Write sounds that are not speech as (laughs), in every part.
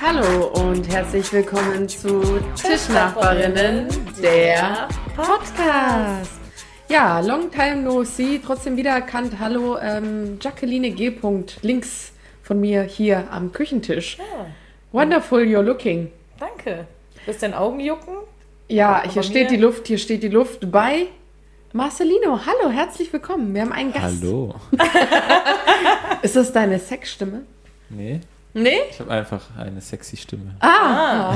Hallo und herzlich willkommen zu Tischnachbarinnen, der Podcast. Ja, long time no see, trotzdem wiedererkannt. Hallo, ähm, Jacqueline G. links von mir hier am Küchentisch. Ja, Wonderful you're looking. Ah, danke. Bist dein Augenjucken? Ja, Aber hier steht mir- die Luft, hier steht die Luft bei Marcelino. Hallo, herzlich willkommen. Wir haben einen Gast. Hallo. Ist das deine Sexstimme? Nee, Nee? ich habe einfach eine sexy Stimme. Ah,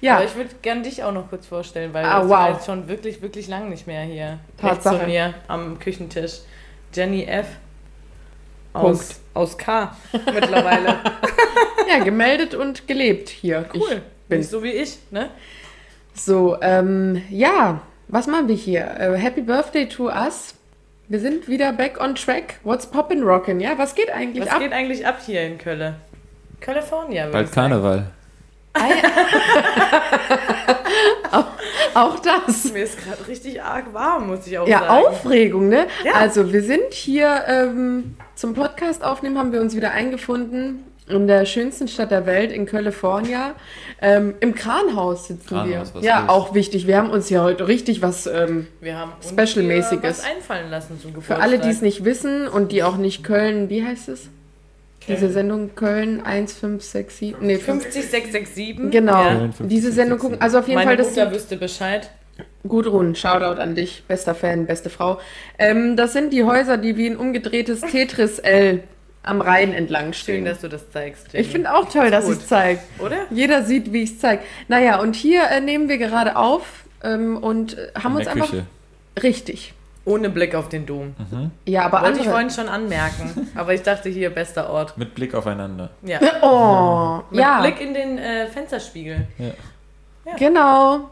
ja. Aber ich würde gern dich auch noch kurz vorstellen, weil Ah, du wow. jetzt schon wirklich, wirklich lang nicht mehr hier. Tatsache. Rechts von mir am Küchentisch. Jenny F. Punkt. Aus, aus K mittlerweile. ja, gemeldet und gelebt hier. cool. (laughs) Ich bin Nicht so wie ich, ne? So, ähm, ja, was machen wir hier? Äh, happy Birthday to us. Wir sind wieder back on track. What's poppin' rockin'? Ja, was geht eigentlich Was ab? geht eigentlich ab hier in Kölle? California, würde Bald ich sagen. Karneval. (laughs) Auch das. Mir ist gerade richtig arg warm, muss ich auch Ja, sagen. Aufregung, ne? Ja. Also, wir sind hier ähm, zum Podcast aufnehmen, haben wir uns wieder eingefunden. In der schönsten Stadt der Welt, in California. Ähm, Im Kranhaus sitzen Kranhaus, wir. was Ja, los? auch wichtig. Wir haben uns hier heute richtig was ähm, Wir haben uns Specialmäßiges. hier was einfallen lassen zum Für Geburtstag. alle, die es nicht wissen und die auch nicht Köln, wie heißt es? Diese Sendung Köln 1567. Nee, 5. 50667. Genau. Ja. Köln 50, Diese Sendung 60. gucken. Also auf jeden Meine Fall, das Mutter sind wüsste Bescheid. Gudrun, Shoutout an dich, bester Fan, beste Frau. Ähm, das sind die Häuser, die wie ein umgedrehtes Tetris L am Rhein entlang Schön, stehen. dass du das zeigst. ich finde auch toll, dass Gut. ich es zeige. Oder? Jeder sieht, wie ich es zeige. Naja, und hier äh, nehmen wir gerade auf ähm, und äh, haben In uns der einfach Küche. Mhm. richtig. Ohne Blick auf den Dom. Ja, aber Wollte ich andere. vorhin schon anmerken. (laughs) aber ich dachte, hier bester Ort. Mit Blick aufeinander. Ja. Oh, Mit (laughs) ja. Blick in den äh, Fensterspiegel. (laughs) Ja. Genau.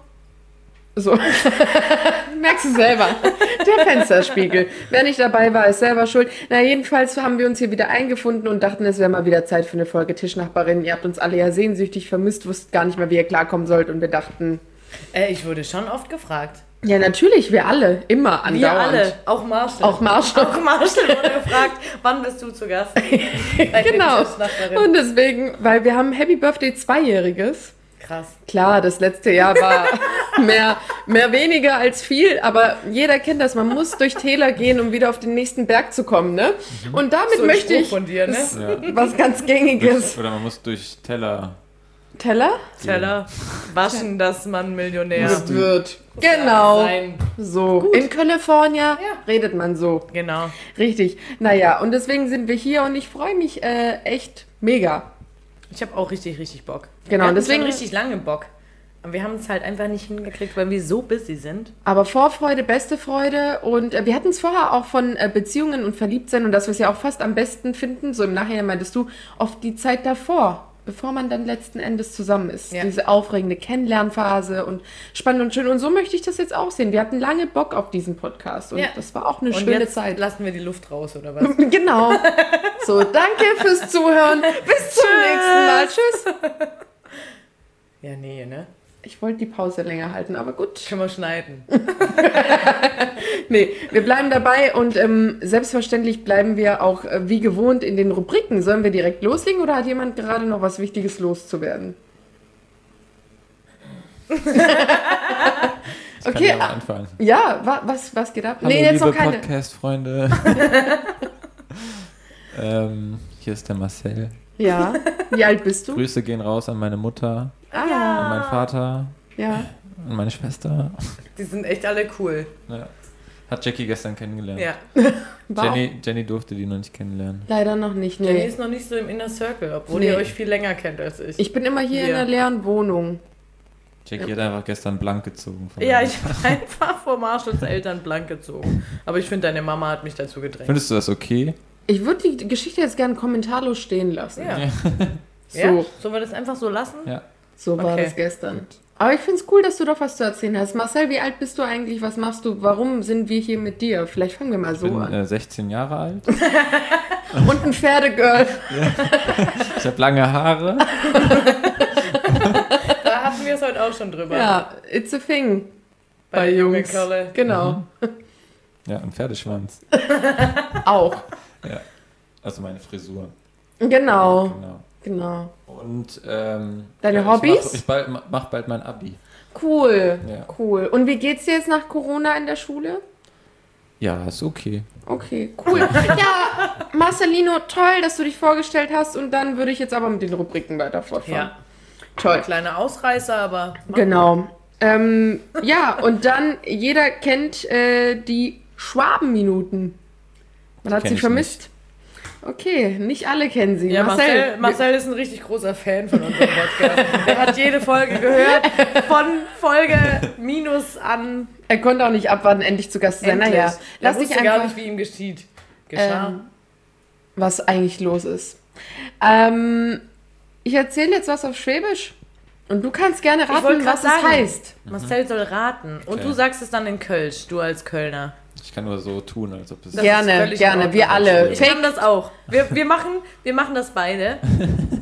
So. (laughs) Merkst du selber. Der Fensterspiegel. Wer nicht dabei war, ist selber schuld. Na, jedenfalls haben wir uns hier wieder eingefunden und dachten, es wäre mal wieder Zeit für eine Folge Tischnachbarinnen. Ihr habt uns alle ja sehnsüchtig vermisst, wusstet gar nicht mehr, wie ihr klarkommen sollt. Und wir dachten, Äh, ich wurde schon oft gefragt. ja, natürlich, wir alle, immer andauernd. Wir alle. Auch Marshall. Auch Marshall. (laughs) Auch Marshall wurde gefragt, wann bist du zu (laughs) Gast? Genau. Und deswegen, weil wir haben Happy Birthday Zweijähriges. Krass. Klar, das letzte Jahr war mehr, mehr weniger als viel, aber jeder kennt das. Man muss durch Täler gehen, um wieder auf den nächsten Berg zu kommen, ne? Und damit Mhm. So ein möchte Spruch ich von dir, ne? s- Ja. was ganz Gängiges. Oder man muss durch Teller. Teller Teller. Waschen, dass man Millionär Das wird. Genau. sein. So. In California Ja. redet man so. Genau. Richtig. Naja, und deswegen sind wir hier und ich freue mich äh, echt mega. Ich habe auch richtig, richtig Bock. Genau, wir hatten deswegen- schon richtig lange Bock. Aber wir haben es halt einfach nicht hingekriegt, weil wir so busy sind. Aber Vorfreude, beste Freude. Und äh, wir hatten es vorher auch von äh, Beziehungen und Verliebtsein und dass wir es ja auch fast am besten finden. So im Nachhinein meintest du, oft die Zeit davor, bevor man dann letzten Endes zusammen ist. Ja. Diese aufregende Kennenlernphase und spannend und schön. Und so möchte ich das jetzt auch sehen. Wir hatten lange Bock auf diesen Podcast und Ja. das war auch eine Und schöne jetzt Zeit. lassen wir die Luft raus, oder was? (laughs) Genau. So, danke fürs Zuhören. (laughs) Bis zum nächsten Mal. Tschüss. ja, nee, ne? Ich wollte die Pause länger halten, aber gut. Können wir schneiden. Nee, wir bleiben dabei und ähm, selbstverständlich bleiben wir auch äh, wie gewohnt in den Rubriken. Sollen wir direkt loslegen oder hat jemand gerade noch was Wichtiges loszuwerden? Das kann Okay, ich aber ah. anfangen. Ja, wa was, was geht ab? Hallo, nee, jetzt liebe noch keine. (laughs) Podcast-Freunde. ähm, hier ist der Marcel. Ja, wie alt bist du? Grüße gehen raus an meine Mutter, Ah, Ja. ja. an meinen Vater, ja. an meine Schwester. Die sind echt alle cool. Ja. Hat Jackie gestern kennengelernt. Ja. War auch Jenny, Jenny durfte die noch nicht kennenlernen. leider noch nicht, Jenny nee. ist noch nicht so im Inner Circle, obwohl Nee. ihr euch viel länger kennt als ich. Ich bin immer hier in Ja. einer leeren Wohnung. Jackie hat einfach gestern blank gezogen. von ja, mir. ich bin (laughs) einfach vor Marshalls Eltern blank gezogen. Aber ich finde, deine Mama hat mich dazu gedrängt. Findest du das okay? Ich würde die Geschichte jetzt gerne kommentarlos stehen lassen. Ja. Ja. So, ja? Sollen wir das einfach so lassen? Ja. so war Okay. das gestern. Aber ich finde es cool, dass du doch was zu erzählen hast. Marcel, wie alt bist du eigentlich? Was machst du? Warum sind wir hier mit dir? Vielleicht fangen wir mal Ich so bin an. äh, 16 Jahre alt. Und ein Pferdegirl. Ich habe lange Haare. Da hatten wir es heute auch schon drüber. Ja, it's a thing. Bei, der Junge Kerle. Mhm. Genau. Ja, ein Pferdeschwanz. Auch. Also meine Frisur. Genau. genau. Genau. Oh, Und ähm, Deine ich Hobbys? Mach, ich bald, mach bald mein Abi. Cool, Ja. cool. Und wie geht's dir jetzt nach Corona in der Schule? Ja, ist okay. Okay, (laughs) cool. Ja, Marcelino, toll, dass du dich vorgestellt hast und dann würde ich jetzt aber mit den Rubriken weiter fortfahren. Ja, Toll. kleine Ausreißer, aber Genau. Ähm, ja, und dann, jeder kennt äh, die Schwabenminuten. Man hat Kenn sie ich vermisst. Okay, nicht alle kennen sie. Ja, Marcel, Marcel, Marcel ist ein richtig großer Fan von unserem Podcast. er hat jede Folge gehört, von Folge minus an. er konnte auch nicht abwarten, endlich zu Gast zu sein. Endlich. Naja, lass er dich wusste einfach. gar nicht, wie ihm geschieht. Geschah. Ähm, was eigentlich los ist. Ähm, ich erzähle jetzt was auf Schwäbisch und du kannst gerne wollte raten, grad was es sagen. heißt. Marcel soll raten. Und Okay. du sagst es dann in Kölsch, du als Kölner. Ich kann nur so tun, als ob es. Das- ist gerne, völlig in gerne, Ordnung. wir alle. Ich Fake, kann das auch. Wir, wir, machen, wir machen das beide.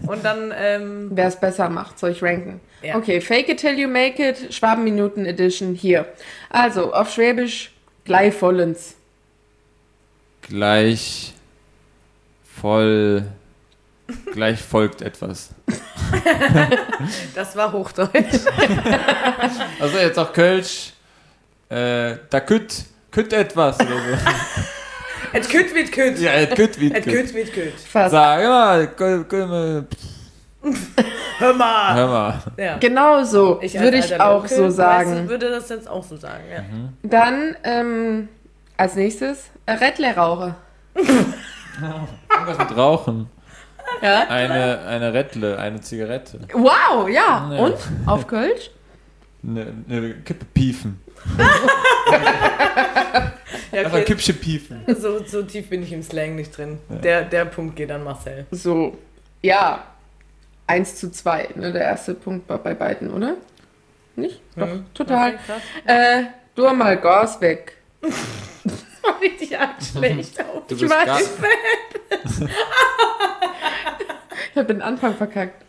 Und dann, ähm, wer es besser macht, soll ich ranken. Ja. Okay, Fake it till you make it, Schwabenminuten Edition hier. Also auf Schwäbisch gleichvollends. gleich voll. Gleich folgt etwas. das war Hochdeutsch. Also jetzt auch Kölsch. Äh, da kütt, kütt etwas oder so. (laughs) (laughs) Et küt mit küt. ja, et kütt wie Et kütt. küt mit küt. Fast. Sag mal, kö- kö- mal, pff, Hör mal. hör mal. Ja. Genau so, Ich als würde ich alter auch Local, so weißt du, sagen. würde das jetzt auch so sagen, ja. Dann ähm, als nächstes Rettlerrauche. Irgendwas mit Rauchen. Ja. Eine, eine Rettle, eine Zigarette. Wow, ja. Ja. Und auf Kölsch? Eine, eine Kippe piefen. ja Einfach okay. Kippsche piefen. So, so tief bin ich im Slang nicht drin. Der, der Punkt geht an Marcel. So, ja, 1 zu 2, ne, der erste Punkt war bei beiden, oder? Nicht? Doch, Mhm. total. Okay, krass. Äh, du mal Gas weg. (laughs) Richtig schlecht. Du Ich bist weiß. gar, Ich habe den Anfang verkackt.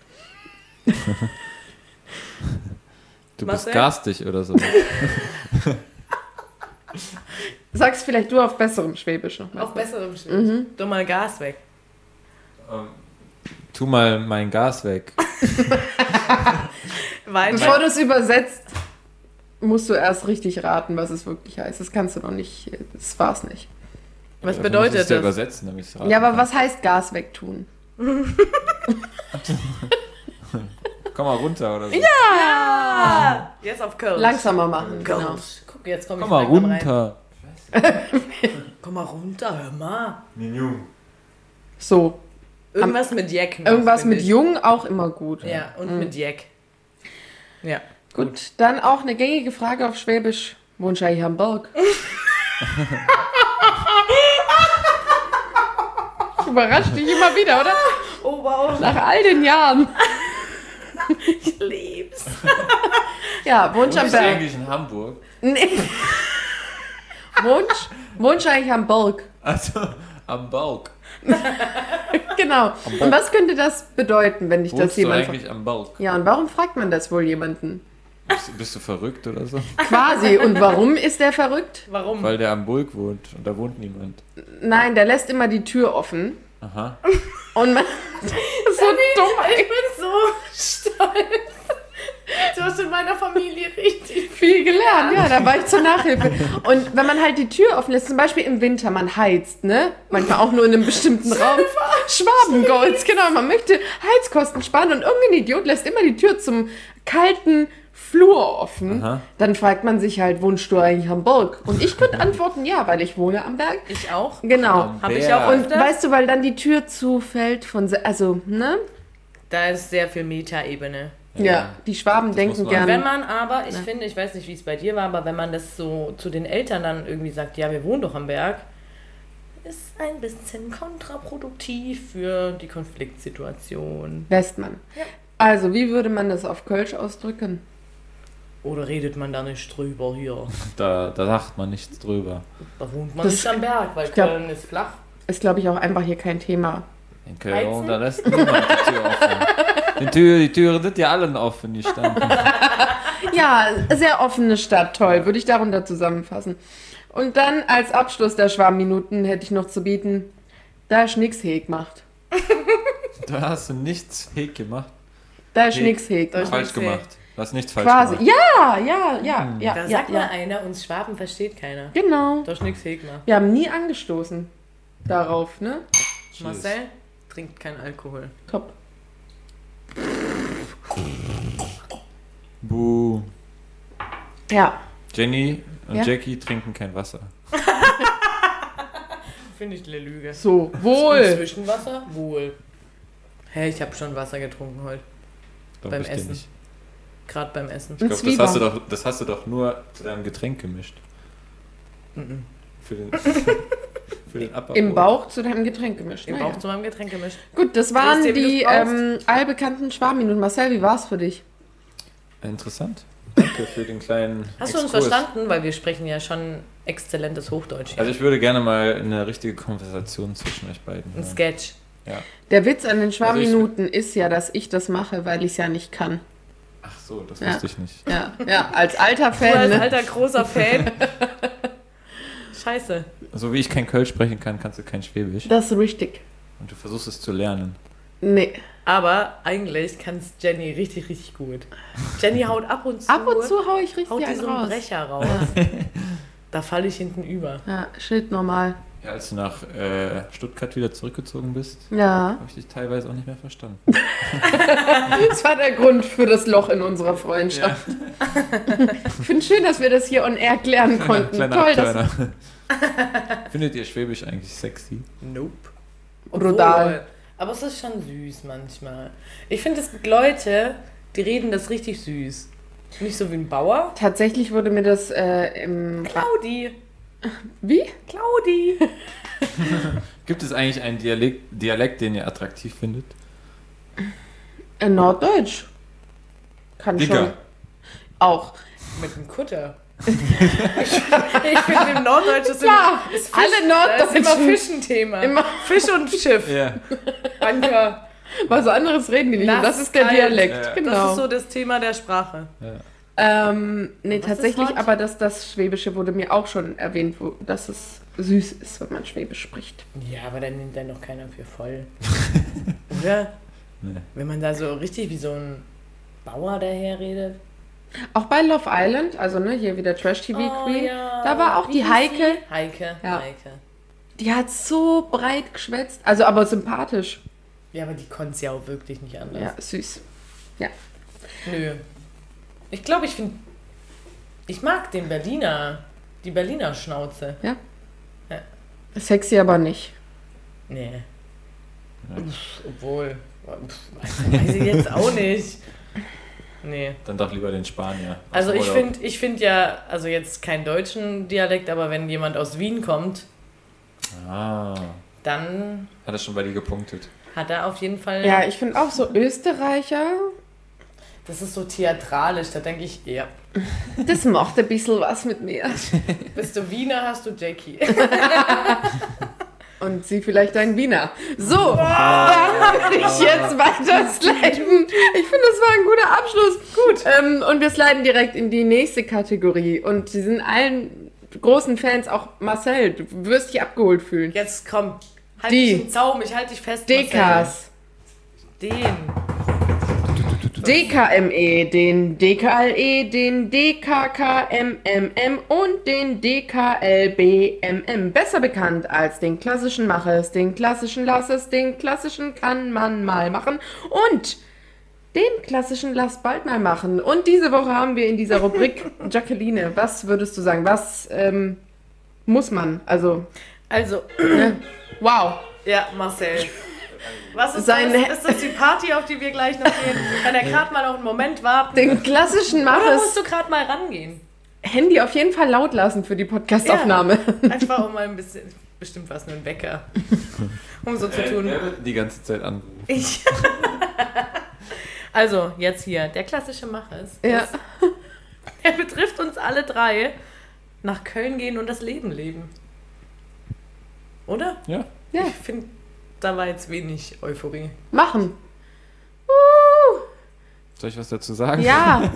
du bist Marcel? garstig oder (laughs) so. Sag's vielleicht du auf besserem Schwäbisch nochmal. Auf besserem Schild. Du mal Gas weg. Ähm, tu mal mein Gas weg. Weil, Bevor du es übersetzt, musst du erst richtig raten, was es wirklich heißt. Das kannst du noch nicht, das war's nicht. was Dafür muss ich's bedeutet ja das? übersetzen, damit ich's raten Ja, aber kann. was heißt Gas wegtun? Komm mal runter oder so. Ah, jetzt auf Kölsch. Langsamer machen, Kölsch. genau. Guck, jetzt komm ich Komm mal langsam Rein. runter. Komm mal runter, hör mal. genau. So, Irgendwas mit Jack. irgendwas mit Jung. Jung auch immer gut. Ja, und mit Jack. Ja. Gut, dann auch eine gängige Frage auf Schwäbisch. Wohnst du eigentlich (laughs) Hamburg? Ich überrasche dich immer wieder, oder? Oh wow, Nach all den Jahren. ich lieb's. (laughs) Ja, Wunsch Du am bist Berg. eigentlich in Hamburg. Nee. Wunsch, Wunsch eigentlich am Berg. Also am Balk. Genau. Und was könnte das bedeuten, wenn dich das Wohnst du jemand eigentlich am Balk? Ja, und warum fragt man das wohl jemanden? Bist, bist du verrückt oder so? Quasi. Und warum ist der verrückt? Warum? Weil der am Bulk wohnt und da wohnt niemand. Nein, der lässt immer die Tür offen. Aha. Und man. Das ist (laughs) so dumm. ich bin so (laughs) stolz. Du hast in meiner Familie richtig. viel gelernt, ja, da war ich zur Nachhilfe. Und wenn man halt die Tür offen lässt, zum Beispiel im Winter, man heizt, ne? Manchmal auch nur in einem bestimmten Raum. Schwabengolds, genau, man möchte Heizkosten sparen und irgendein Idiot lässt immer die Tür zum kalten Flur offen. Aha. Dann fragt man sich halt, wohnst du eigentlich am Berg? Und ich könnte antworten, ja, weil ich wohne am Berg. Ich auch. Genau. Am Oh, Hab ich Berg. auch Und öfter. weißt du, weil dann die Tür zufällt von, se- also, ne? Da ist sehr viel Metaebene. Ja, die Schwaben denken muss man- Wenn gerne. man aber, ich finde, ich weiß nicht, wie es bei dir war, aber wenn man das so zu den Eltern dann irgendwie sagt, ja, wir wohnen doch am Berg, ist ein bisschen kontraproduktiv für die Konfliktsituation. Westmann. Also, wie würde man das auf Kölsch ausdrücken? Oder redet man da nicht drüber hier? Da, da sagt man nichts drüber. Da wohnt man Das- nicht am Berg, weil ich glaub- Köln ist flach. Ist, glaube ich, auch einfach hier kein Thema. In Köln, Heizen? da lässt niemand die (laughs) Tür offen. Die, Tür, die Türen sind ja allen offen, die standen. Ja, sehr offene Stadt, toll, würde ich darunter zusammenfassen. Und dann als Abschluss der Schwarmminuten hätte ich noch zu bieten, da ist nix heg macht. Da hast du nichts heg gemacht. Da ist Nee. nichts hegt. Da ist Falsch Falsch gemacht. Du hast nichts falsch Quasi. gemacht. Hm. Ja, ja, ja, ja. Da ja, sagt ja. mal einer, uns Schwaben versteht keiner. Genau. Doch nix Hegner. Wir haben nie angestoßen darauf, ne? Tschüss. Marcel trinkt keinen Alkohol. Top. Buh. Ja. Jenny und Ja? Jackie trinken kein Wasser. Finde ich eine Lüge. So. Wohl. Inzwischen Wasser? Wohl. Hä, ich habe schon Wasser getrunken heute. Glaub Beim ich dir Essen. nicht. Gerade beim Essen. Ein Ich glaube, das, hast du Zwieber. doch- das hast du doch nur zu deinem Getränk gemischt. Mhm. (laughs) Für den, für den Abbau. Im Bauch zu deinem Getränk gemischt. Im Naja. Bauch zu meinem Getränk gemischt. Gut, das Du waren weißt ja, wie die du's brauchst. ähm, allbekannten Schwarminuten. Marcel, wie war's für dich? Interessant. Danke für den kleinen. Hast du uns Exkurs. verstanden? Weil wir sprechen ja schon exzellentes Hochdeutsch. Hier. Also ich würde gerne mal eine richtige Konversation zwischen euch beiden. Ein Hören. Sketch. Der Witz an Also den ich- Schwarminuten ist ja, dass ich das mache, weil ich es ja nicht kann. Ach so, das Ja. wusste ich nicht. Ja, ja als alter Du halt Fan. als Ne? alter (laughs) großer Fan. Scheiße. So wie ich kein Kölsch sprechen kann, kannst du kein Schwäbisch. Das ist richtig. Und du versuchst es zu lernen. Nee, Aber eigentlich kann es Jenny richtig, richtig gut. Jenny haut ab und zu, ab und zu hau ich richtig haut die einen so einen raus. Brecher raus. da falle ich hinten über. Ja, Schild normal. Ja, als du nach äh, Stuttgart wieder zurückgezogen bist, Ja. habe ich dich teilweise auch nicht mehr verstanden. Das war der Grund für das Loch in unserer Freundschaft. Ich finde schön, dass wir das hier on air klären konnten. (laughs) Kleiner Toll, ne? dass Abturner. (laughs) Findet ihr Schwäbisch eigentlich sexy? Nope. Brutal. Aber es ist schon süß manchmal. Ich finde, es gibt Leute, die reden das richtig süß. Nicht so wie ein Bauer. Tatsächlich wurde mir das äh, im. Claudi. Wie? Claudi. Gibt es eigentlich einen Dialekt, Dialekt den ihr attraktiv findet? In Norddeutsch. Kann schon. Digga. Auch. Mit einem (laughs) Kutter. ich finde, im Norddeutsch ist Klar, immer, ist Fisch, alle da ist immer Norddeutschen. Fischenthema. Immer Fisch und Schiff. Ja. Anker. Was anderes reden die nicht. Und Das das ist der ist Dialekt, geil. genau. Das ist so das Thema der Sprache. ähm, nee, Was tatsächlich, ist Nord? aber das, das Schwäbische wurde mir auch schon erwähnt, wo, dass es süß ist, wenn man Schwäbisch spricht. Ja, aber dann nimmt dann doch keiner für voll. (laughs) Oder? Nee. Wenn man da so richtig wie so ein Bauer daher redet. Auch bei Love Island, also ne, hier wieder Trash TV Oh, Queen, da war auch die Heike, Heike, Ja. Heike. die hat so breit geschwätzt, also aber sympathisch. Ja, aber die konnte es ja auch wirklich nicht anders. Ja, süß. Nö. Ich glaube, ich finde. Ich mag den Berliner. Die Berliner Schnauze. Sexy aber nicht. Nee. Ja. Pff, obwohl. Pff, weiß ich jetzt auch nicht. Nee. Dann doch lieber den Spanier. Aus Also dem ich Urlaub. finde ich find ja, also jetzt keinen deutschen Dialekt, aber wenn jemand aus Wien kommt, Ah, dann hat er schon bei dir gepunktet. hat er auf jeden Fall. Ja, ich finde auch so Österreicher, Das ist so theatralisch, da denke ich, ja. das macht ein bisschen was mit mir. Bist du Wiener, hast du Jackie. Und sie vielleicht ein Wiener. So, dann würde ich jetzt weiter sliden. Ich finde, das war ein guter Abschluss. Gut. Ähm, und wir sliden direkt in die nächste Kategorie. Und sie sind allen großen Fans, auch Marcel, du wirst dich abgeholt fühlen. Jetzt komm, halt Die. dich im Zaum, ich halte dich fest. Marcel. Dekas. Den. DKME, E, den DKLE, E, den DKKMMM und den DKLBMM. Besser bekannt als den klassischen Mache es, den klassischen Lass es, den klassischen Kann man mal machen und den klassischen Lass bald mal machen. Und diese Woche haben wir in dieser Rubrik Jacqueline, was würdest du sagen? Was ähm, muss man? Also, Also, wow. ja, Marcel. Was ist, Sein- das? ist das die Party, auf die wir gleich noch gehen? Kann er gerade mal noch einen Moment warten? Den klassischen Mache Oder musst es du gerade mal rangehen? Handy auf jeden Fall laut lassen für die Podcastaufnahme. Einfach um mal ein bisschen. Bestimmt war es nur ein Wecker. Um so zu tun. Er wird die ganze Zeit anrufen. Ich. Also, jetzt hier. Der klassische Mach ist. (laughs) Ja. ist- Er betrifft uns alle drei. Nach Köln gehen und das Leben leben. Oder? Ja. Ja. Ich finde, da war jetzt wenig Euphorie. Machen. Uh, Soll ich was dazu sagen? (laughs) ja,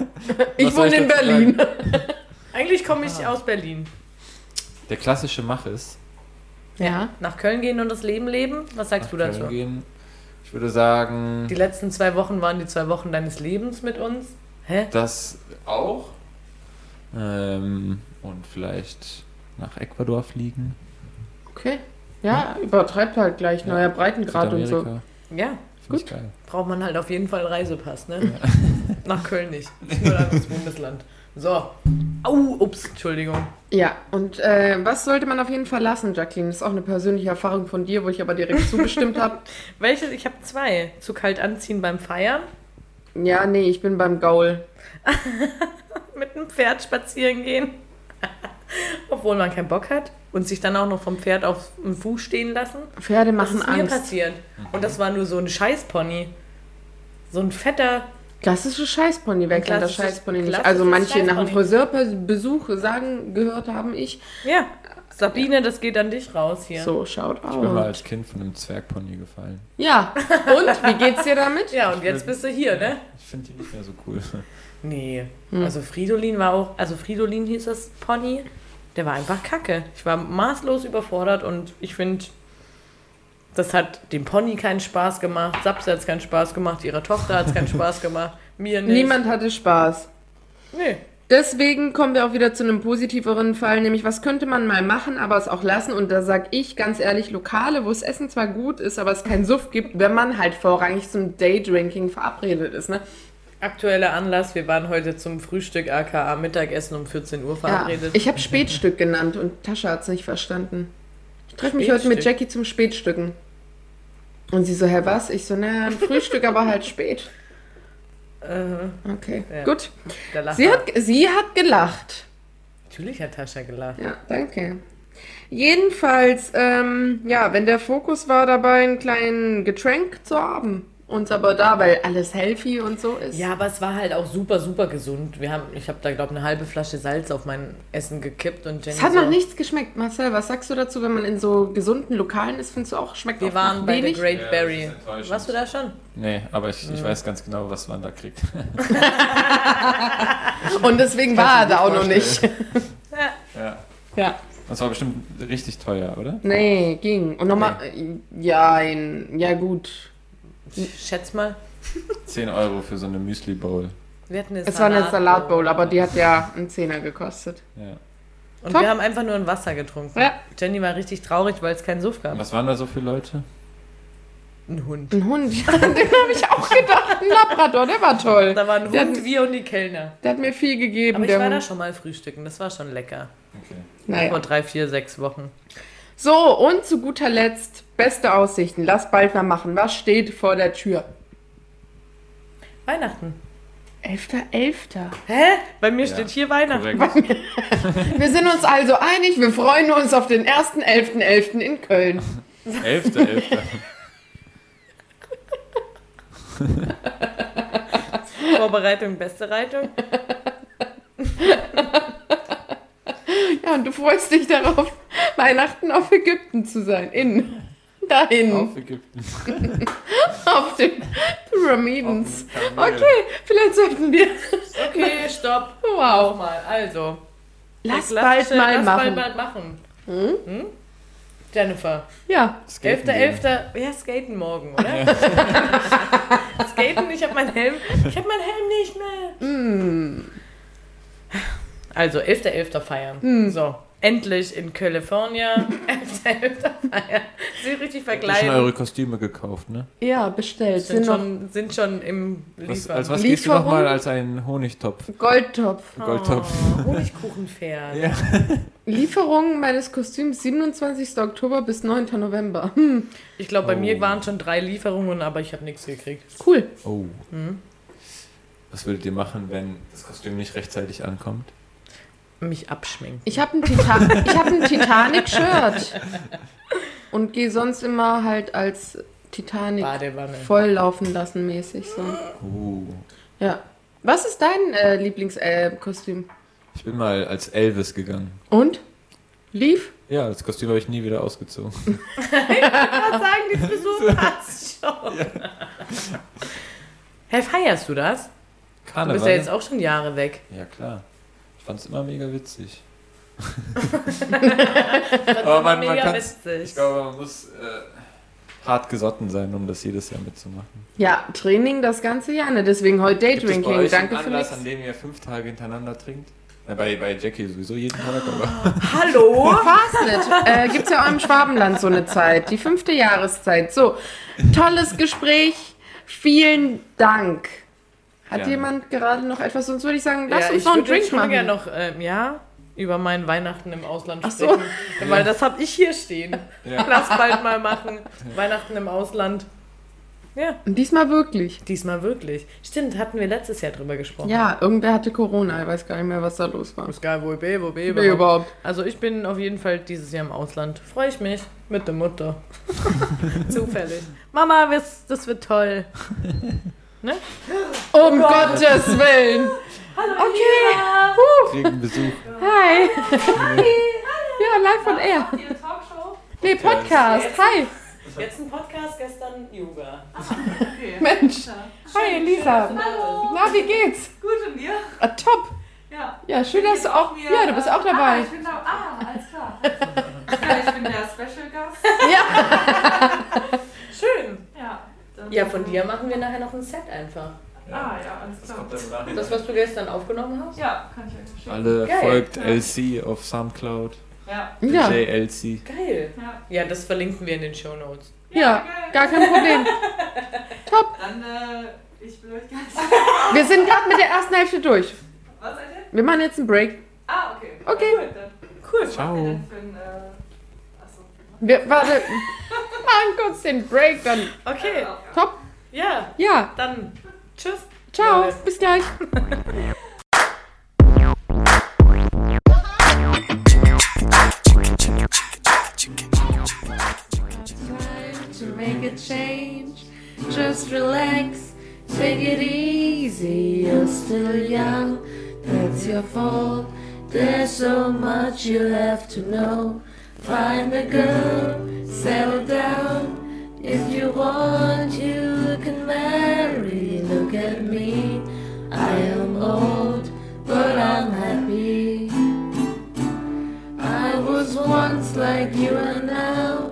ich Was soll wohne in dazu Berlin. sagen? Eigentlich komme ich aus Berlin. Der klassische Mach ist, Ja. Nach Köln gehen und das Leben leben? Was sagst nach du dazu? Köln gehen Ich würde sagen, Die letzten zwei Wochen waren die zwei Wochen deines Lebens mit uns. Hä? das auch. Ähm, und vielleicht nach Ecuador fliegen. Okay. Ja, übertreibt halt gleich. Neuer Breitengrad und so. Südamerika. Ja, Find ich geil. braucht man halt auf jeden Fall einen Reisepass, ne? (laughs) Nach Köln nicht. Nur dann ins Bundesland. So. Au, ups, Entschuldigung. Ja, und äh, was sollte man auf jeden Fall lassen, Jacqueline? Das ist auch eine persönliche Erfahrung von dir, wo ich aber direkt zugestimmt habe. (laughs) Welches? Ich habe zwei. Zu kalt anziehen beim Feiern, Ja, nee, ich bin beim Gaul. mit einem Pferd spazieren gehen, (laughs) obwohl man keinen Bock hat und sich dann auch noch vom Pferd auf den Fuß stehen lassen. Pferde Das machen ist mir Angst. passiert. Und das war nur so ein Scheißpony. So ein fetter, Klassische Scheißpony, wer kennt das Klassisches- Scheißpony nicht? klassisches Also manche nach dem Scheißpony. Friseurbesuch sagen, gehört haben ich. ja. Äh, Sabine, das geht an dich raus hier. So, schaut Ich bin halt. mal aus. als Kind von einem Zwergpony gefallen. Ja, und wie geht's dir damit? (laughs) Ja, und jetzt bist du hier, ne? Ich finde die nicht mehr so cool. Nee. Hm. Also Fridolin war auch, also Fridolin hieß das Pony, der war einfach kacke. Ich war maßlos überfordert und ich finde, das hat dem Pony keinen Spaß gemacht, Sapse hat es keinen Spaß gemacht, ihrer Tochter hat (laughs) es keinen Spaß gemacht, mir nicht. Niemand hatte Spaß. Nee. Deswegen kommen wir auch wieder zu einem positiveren Fall, nämlich was könnte man mal machen, aber es auch lassen. Und da sag ich ganz ehrlich, Lokale, wo das Essen zwar gut ist, aber es keinen Suff gibt, wenn man halt vorrangig zum Daydrinking verabredet ist. Ne? Aktueller Anlass, wir waren heute zum Frühstück aka Mittagessen um 14 Uhr Ja, verabredet. ich habe Spätstück genannt und Tascha hat's nicht verstanden. Ich treffe mich heute mit Spätstück. Jackie zum Spätstücken. Und sie so, hä, was? Ich so, naja, ein Frühstück, aber halt spät. äh, Okay, Ja. gut. da lacht Sie er. hat, sie hat gelacht. Natürlich hat Tascha gelacht. Ja, danke. Jedenfalls, ähm, ja, wenn der Fokus war dabei, einen kleinen Getränk zu haben. Uns aber da, weil alles healthy und so ist. Ja, aber es war halt auch super, super gesund. Wir haben, ich habe da, glaube eine halbe Flasche Salz auf mein Essen gekippt und Jenny Es hat so, noch nichts geschmeckt. Marcel, was sagst du dazu, wenn man in so gesunden Lokalen ist? Findest du auch, schmeckt Wir auch waren nach bei The wenig? Great Ja, das ist Barrier. enttäuschend. Warst du da schon? Nee, aber ich, ich weiß ganz genau, was man da kriegt. Und deswegen war er da auch noch nicht. Ja. Ja. (laughs) Ja. Das war bestimmt richtig teuer, oder? Nee, ging. Und nochmal, ja, ein- ja gut. Ich schätz mal, 10 Euro für so eine Müsli-Bowl. wir hatten eine Es war eine Salatbowl, Salatbowl. aber die hat ja einen Zehner gekostet. Ja. Und Top. wir haben einfach nur ein Wasser getrunken. Ja. Jenny war richtig traurig, weil es keinen Suff gab. Was waren da so viele Leute? Ein Hund. Ein Hund, (laughs) ja, den habe ich auch gedacht. Ein Labrador, der war toll. Da war ein Der hat- Hund, wir und die Kellner. Der hat mir viel gegeben, Aber ich der war Hund. da schon mal frühstücken, das war schon lecker. Okay. Naja. Vor drei, vier, sechs Wochen. So, und zu guter Letzt, beste Aussichten. Lass bald mal machen. Was steht vor der Tür? Weihnachten. Elfter, Elfter. (laughs) Hä? Bei mir Ja, steht hier Weihnachten. Korrekt. Wir sind uns also einig, wir freuen uns auf den 1.11.11. in Köln. Elfte, elfte. (laughs) Vorbereitung, beste Reitung. Ja, und du freust dich darauf, (laughs) Weihnachten auf Ägypten zu sein. In. (laughs) Dahin. Auf, Auf Ägypten. den Pyramidens. Okay. Vielleicht sollten wir. (laughs) Okay, stopp. Wow. Nochmal, also. Lass Lass bald schnell- mal lass machen. bald mal machen. Hm? Jennifer. Ja. Skaten Elfter, gehen. Elfter, ja, skaten morgen, oder? (laughs) skaten, ich habe meinen Helm, ich habe meinen Helm nicht mehr. mm, Also, Elfter, Elfter feiern. mm. So, endlich in (laughs) California. Elfter, Elfter feiern. Sie richtig Habt ihr schon vergleichen. eure Kostüme gekauft, ne? Ja, bestellt. Sind Sind noch schon, sind schon im Was, Liefer. als was gehst du Lieferung? nochmal? Als einen Honigtopf. Goldtopf. Goldtopf. Oh, Honigkuchenpferd. Ja. Lieferung meines Kostüms 27. Oktober bis 9. November. (laughs) Hm, Ich glaube, bei Oh. mir waren schon drei Lieferungen, aber ich habe nichts gekriegt. cool. Hm? Oh. Was würdet ihr machen, wenn das Kostüm nicht rechtzeitig ankommt? Mich abschminken. Ich habe ein, Titan ich hab ein Titanic-Shirt. Und gehe sonst immer halt als Titanic Badewanne. volllaufen lassen mäßig so. Oh. Ja. Was ist dein äh, Lieblingskostüm? Äh, Kostüm? Ich bin mal als Elvis gegangen. Und? Lief? Ja, das Kostüm habe ich nie wieder ausgezogen. gerade (laughs) sagen, die (laughs) Frisur passt schon. Hä, feierst du das? Du Karneval. bist ja jetzt auch schon Jahre weg. (laughs) Ja, klar. Ich fand's immer mega witzig. Aber man- man Mega kann's- witzig. glaube, man muss äh, hart gesotten sein, um das jedes Jahr mitzumachen. Ja, Training das ganze Jahr, ne? Deswegen heute Gibt es bei Daydrinking. euch Danke einen für Anlass, nichts. an dem ihr fünf Tage hintereinander trinkt? Na, bei, bei Jackie sowieso jeden Tag, (laughs) aber Hallo? Fastnet äh, gibt es ja auch im Schwabenland so eine Zeit, die fünfte Jahreszeit. So, tolles Gespräch, vielen Dank. Hat Gerne. jemand gerade noch etwas? Sonst würde ich sagen, lass Ja, uns ich noch einen würde jetzt Drink schon machen. gerne noch, ähm, ja, über meinen Weihnachten im Ausland so. sprechen. Weil das habe ich hier stehen. Ja. (laughs) Lass bald mal (laughs) machen. Weihnachten im Ausland. Ja, Und Diesmal wirklich. diesmal wirklich. Stimmt, hatten wir letztes Jahr drüber gesprochen. Ja, irgendwer hatte Corona, ich weiß gar nicht mehr, was da los war. Ist geil, wo ich bin, wo ich bin. Nee, überhaupt. überhaupt. Also ich bin auf jeden Fall dieses Jahr im Ausland. Freue ich mich. Mit der (laughs) Mutter. Zufällig. Mama, das, das wird toll. Um Oh Gottes Willen. Okay. kriegen Besuch. Hi. Hi. (laughs) Ja, live von air. Ihre Talkshow? Nee, Podcast. Hi. Jetzt ein Podcast, gestern Yoga. Mensch. Hi, Elisa. Hallo. Na, wie geht's? Gut und dir? Ah, top. Ja. Ja, schön, dass du auch. Mir, Ja, du bist auch äh, Ah, dabei. ich bin da, ah, alles klar. ja, ich bin der Special Gast. (laughs) Schön. Ja. dann- Ja, von dir machen wir nachher noch ein Set einfach. Ah, ja, alles klar. Das, was du gestern aufgenommen hast? Ja, kann ich euch schicken. Alle Geil. folgt LC auf Soundcloud. Ja. Ja. DJ LC. Geil. Ja. Ja, das verlinken wir in den Show Notes. Ja, gar kein Problem. Top. Dann, äh, ich will euch ganz. Wir sind gerade mit der ersten Hälfte durch. Was seid ihr? Wir machen jetzt einen Break. Ah, okay. Okay. Cool. Dann, Cool. was habt ihr (laughs) Ciao. denn für ein, äh, achso. Wir, warte. Machen kurz den Break dann. Okay. Top. Ja, Ja. dann tschüss. Ciao. Bis gleich. to make a change. Just relax, take it easy. You're still young, that's your fault. There's so much you have to know. Find a girl, settle down. If you want, you can marry. Look at me, I am old, but I'm happy. I was once like you are now.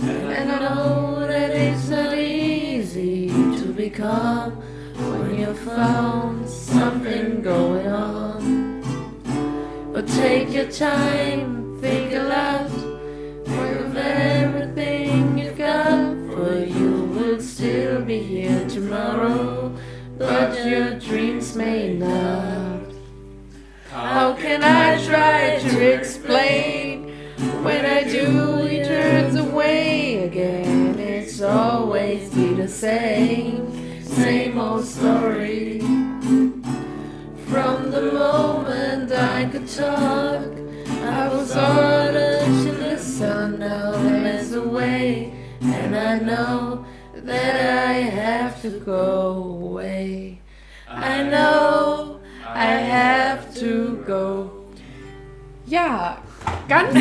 And I know that it's not easy to be calm when you found something going on. But take your time, think a lot. Think of everything you've got, for you will still be here tomorrow. But your dreams may not. How can I try to explain? When I do, he turns away again. It's always be the same, same old story. From the moment I could talk, I was ordered to listen. Now there's a way, and I know that I have to go away. I know I have to go. Ja, ganz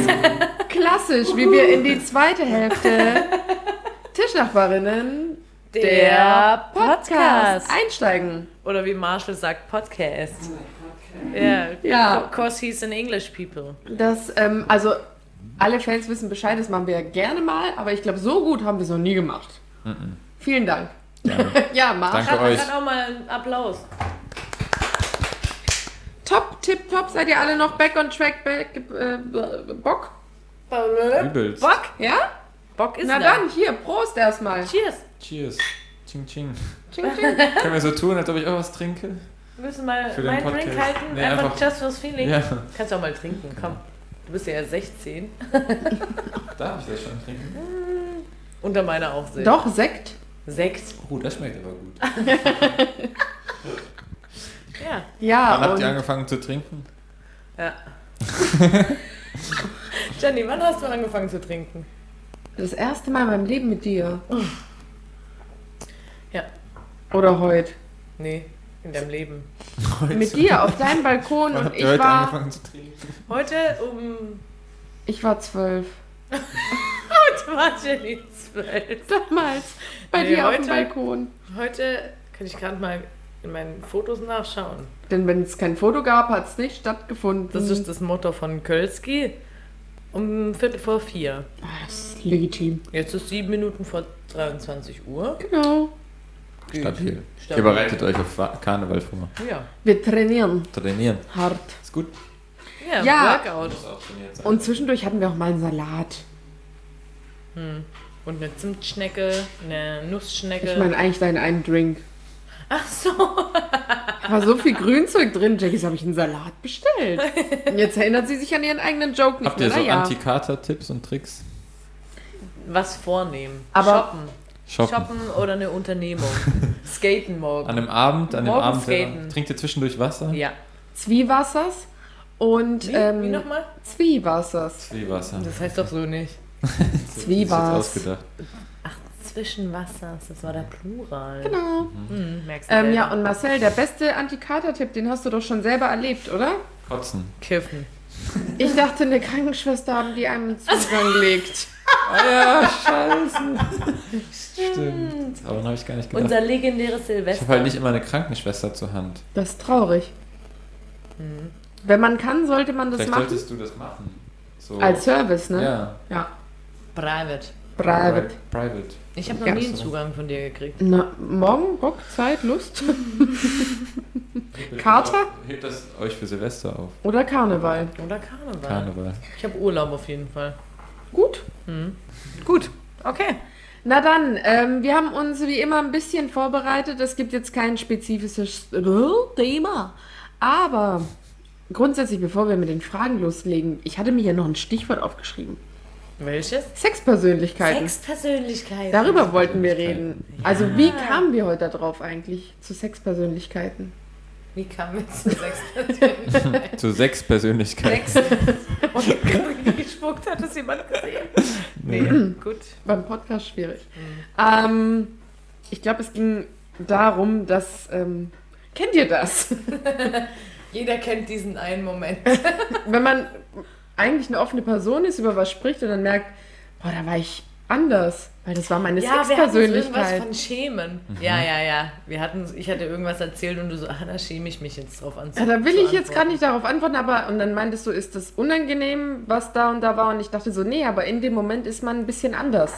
klassisch, wie wir in die zweite Hälfte Tischnachbarinnen der Podcast einsteigen. Oder wie Marshall sagt, Oh Podcast. Ja, Ja. of course he's an English people. Das, ähm, also alle Fans wissen Bescheid, das machen wir ja gerne mal, aber ich glaube, so gut haben wir es noch nie gemacht. Vielen Dank. Gerne. Ja, Marc. Danke euch. Dann auch mal einen Applaus. Top, tip, top. Seid ihr alle noch back on track, back, äh, Bock? Übelst. Bock, ja? Bock ist ne. Na nah. dann, hier, Prost erstmal. Cheers. Cheers. Ching ching. Tsching, tsching. (laughs) Können wir so tun, als ob ich auch was trinke? Wir müssen mal Für den meinen Drink Podcast. halten. Nee, einfach, einfach- just fürs Feeling. Ja. Kannst du auch mal trinken, komm. Du bist ja 16. Darf ich das schon trinken? Unter meiner Aufsicht. Doch, Sekt. Sechs. Oh, das schmeckt aber gut. Ja. Wann Ja, habt ihr und angefangen zu trinken? Jenny, wann hast du angefangen zu trinken? das erste Mal in meinem Leben mit dir. Ja. Oder heute. Nee, in deinem Leben. Mit dir auf deinem Balkon Wann und habt ihr Also ich heute war, angefangen zu trinken? Heute um. (laughs) ich war zwölf. Heute war Jenny zwölf. Damals bei Nee, dir auf dem heute- Balkon. Heute kann ich gerade mal in meinen Fotos nachschauen. Denn wenn es kein Foto gab, hat es nicht stattgefunden. Das ist das Motto von Kölski. um Viertel vor vier. Ah, Das ist legitim. Jetzt ist sieben Minuten vor 23 Uhr. Genau. Stabil. Stabil. Ihr bereitet euch auf Wa- Karneval vor. Ja. Wir trainieren Trainieren. hart. Ist gut. Ja, Ja. Workout. Muss auch trainiert sein. Und zwischendurch hatten wir auch mal einen Salat. Und eine Zimtschnecke, eine Nussschnecke. Ich meine eigentlich deinen einen Drink. Ach so. War so viel Grünzeug drin. Jackie, habe ich einen Salat bestellt. Und jetzt erinnert sie sich an ihren eigenen Joke nicht Habt ihr mehr. so Naja. Antikater-Tipps und Tricks? Was vornehmen. Aber- Shoppen. Shoppen. Shoppen oder eine Unternehmung. (laughs) Skaten morgen. An einem Abend, an dem Morgen Abend selber. skaten. trinkt ihr zwischendurch Wasser? Ja. Zwiewassers und Wie, Wie ähm, nochmal? Zwiewassers. Wie Wasser. Das heißt doch so nicht. Zwiewas. ausgedacht. Zwischenwassers, das war der Plural. Genau. Hm, merkst du Ähm, ja, selber. und Marcel, der beste Antikater-Tipp, den hast du doch schon selber erlebt, oder? Kotzen. Kiffen. Ich dachte, eine Krankenschwester haben die einem einen Also- Zugang legt. Ah ja, scheiße. Stimmt. Daran habe ich gar nicht gedacht. Unser legendäres Genau. ich Silvester. habe halt nicht immer eine Krankenschwester zur Hand. Das ist traurig. Hm. Wenn man kann, sollte man das Vielleicht machen. solltest du das machen. So. Als Service, ne? Ja. ja. Private. Private. Pri- Private. Ich habe noch Ja. nie einen Zugang von dir gekriegt. Na, morgen, Bock, Zeit, Lust. (laughs) Kater? Hebt das euch für Silvester auf. Oder Karneval. Oder Karneval. Karneval. Ich habe Urlaub auf jeden Fall. Gut. Gut, okay. Na dann, ähm, wir haben uns wie immer ein bisschen vorbereitet. Es gibt jetzt kein spezifisches Thema. Aber grundsätzlich, bevor wir mit den Fragen loslegen, ich hatte mir hier noch ein Stichwort aufgeschrieben. Welches? Sexpersönlichkeiten. Sexpersönlichkeit. Darüber wollten wir reden. Also wie kamen wir heute darauf eigentlich zu Sexpersönlichkeiten? Wie kam jetzt zu Sexpersönlichkeit? Zu sechs Persönlichkeiten. Sex. Und (laughs) gespuckt hat das jemand gesehen? Nee, (clears throat) gut. Beim Podcast schwierig. Ähm, ich glaube, es ging darum, dass... Ähm, kennt ihr das? Jeder kennt diesen einen Moment. Wenn man eigentlich eine offene Person ist, über was spricht und dann merkt, boah, da war ich anders, weil das war meine irgendwas Sexpersönlichkeit. von Schämen. Ja, ja, ja. Wir hatten, ich hatte irgendwas erzählt und du so, ah, da schäme ich mich jetzt drauf an. Ja, da will ich jetzt gar nicht darauf antworten, aber und dann meintest du, ist das unangenehm, was da und da war und ich dachte so, nee, aber in dem Moment ist man ein bisschen anders.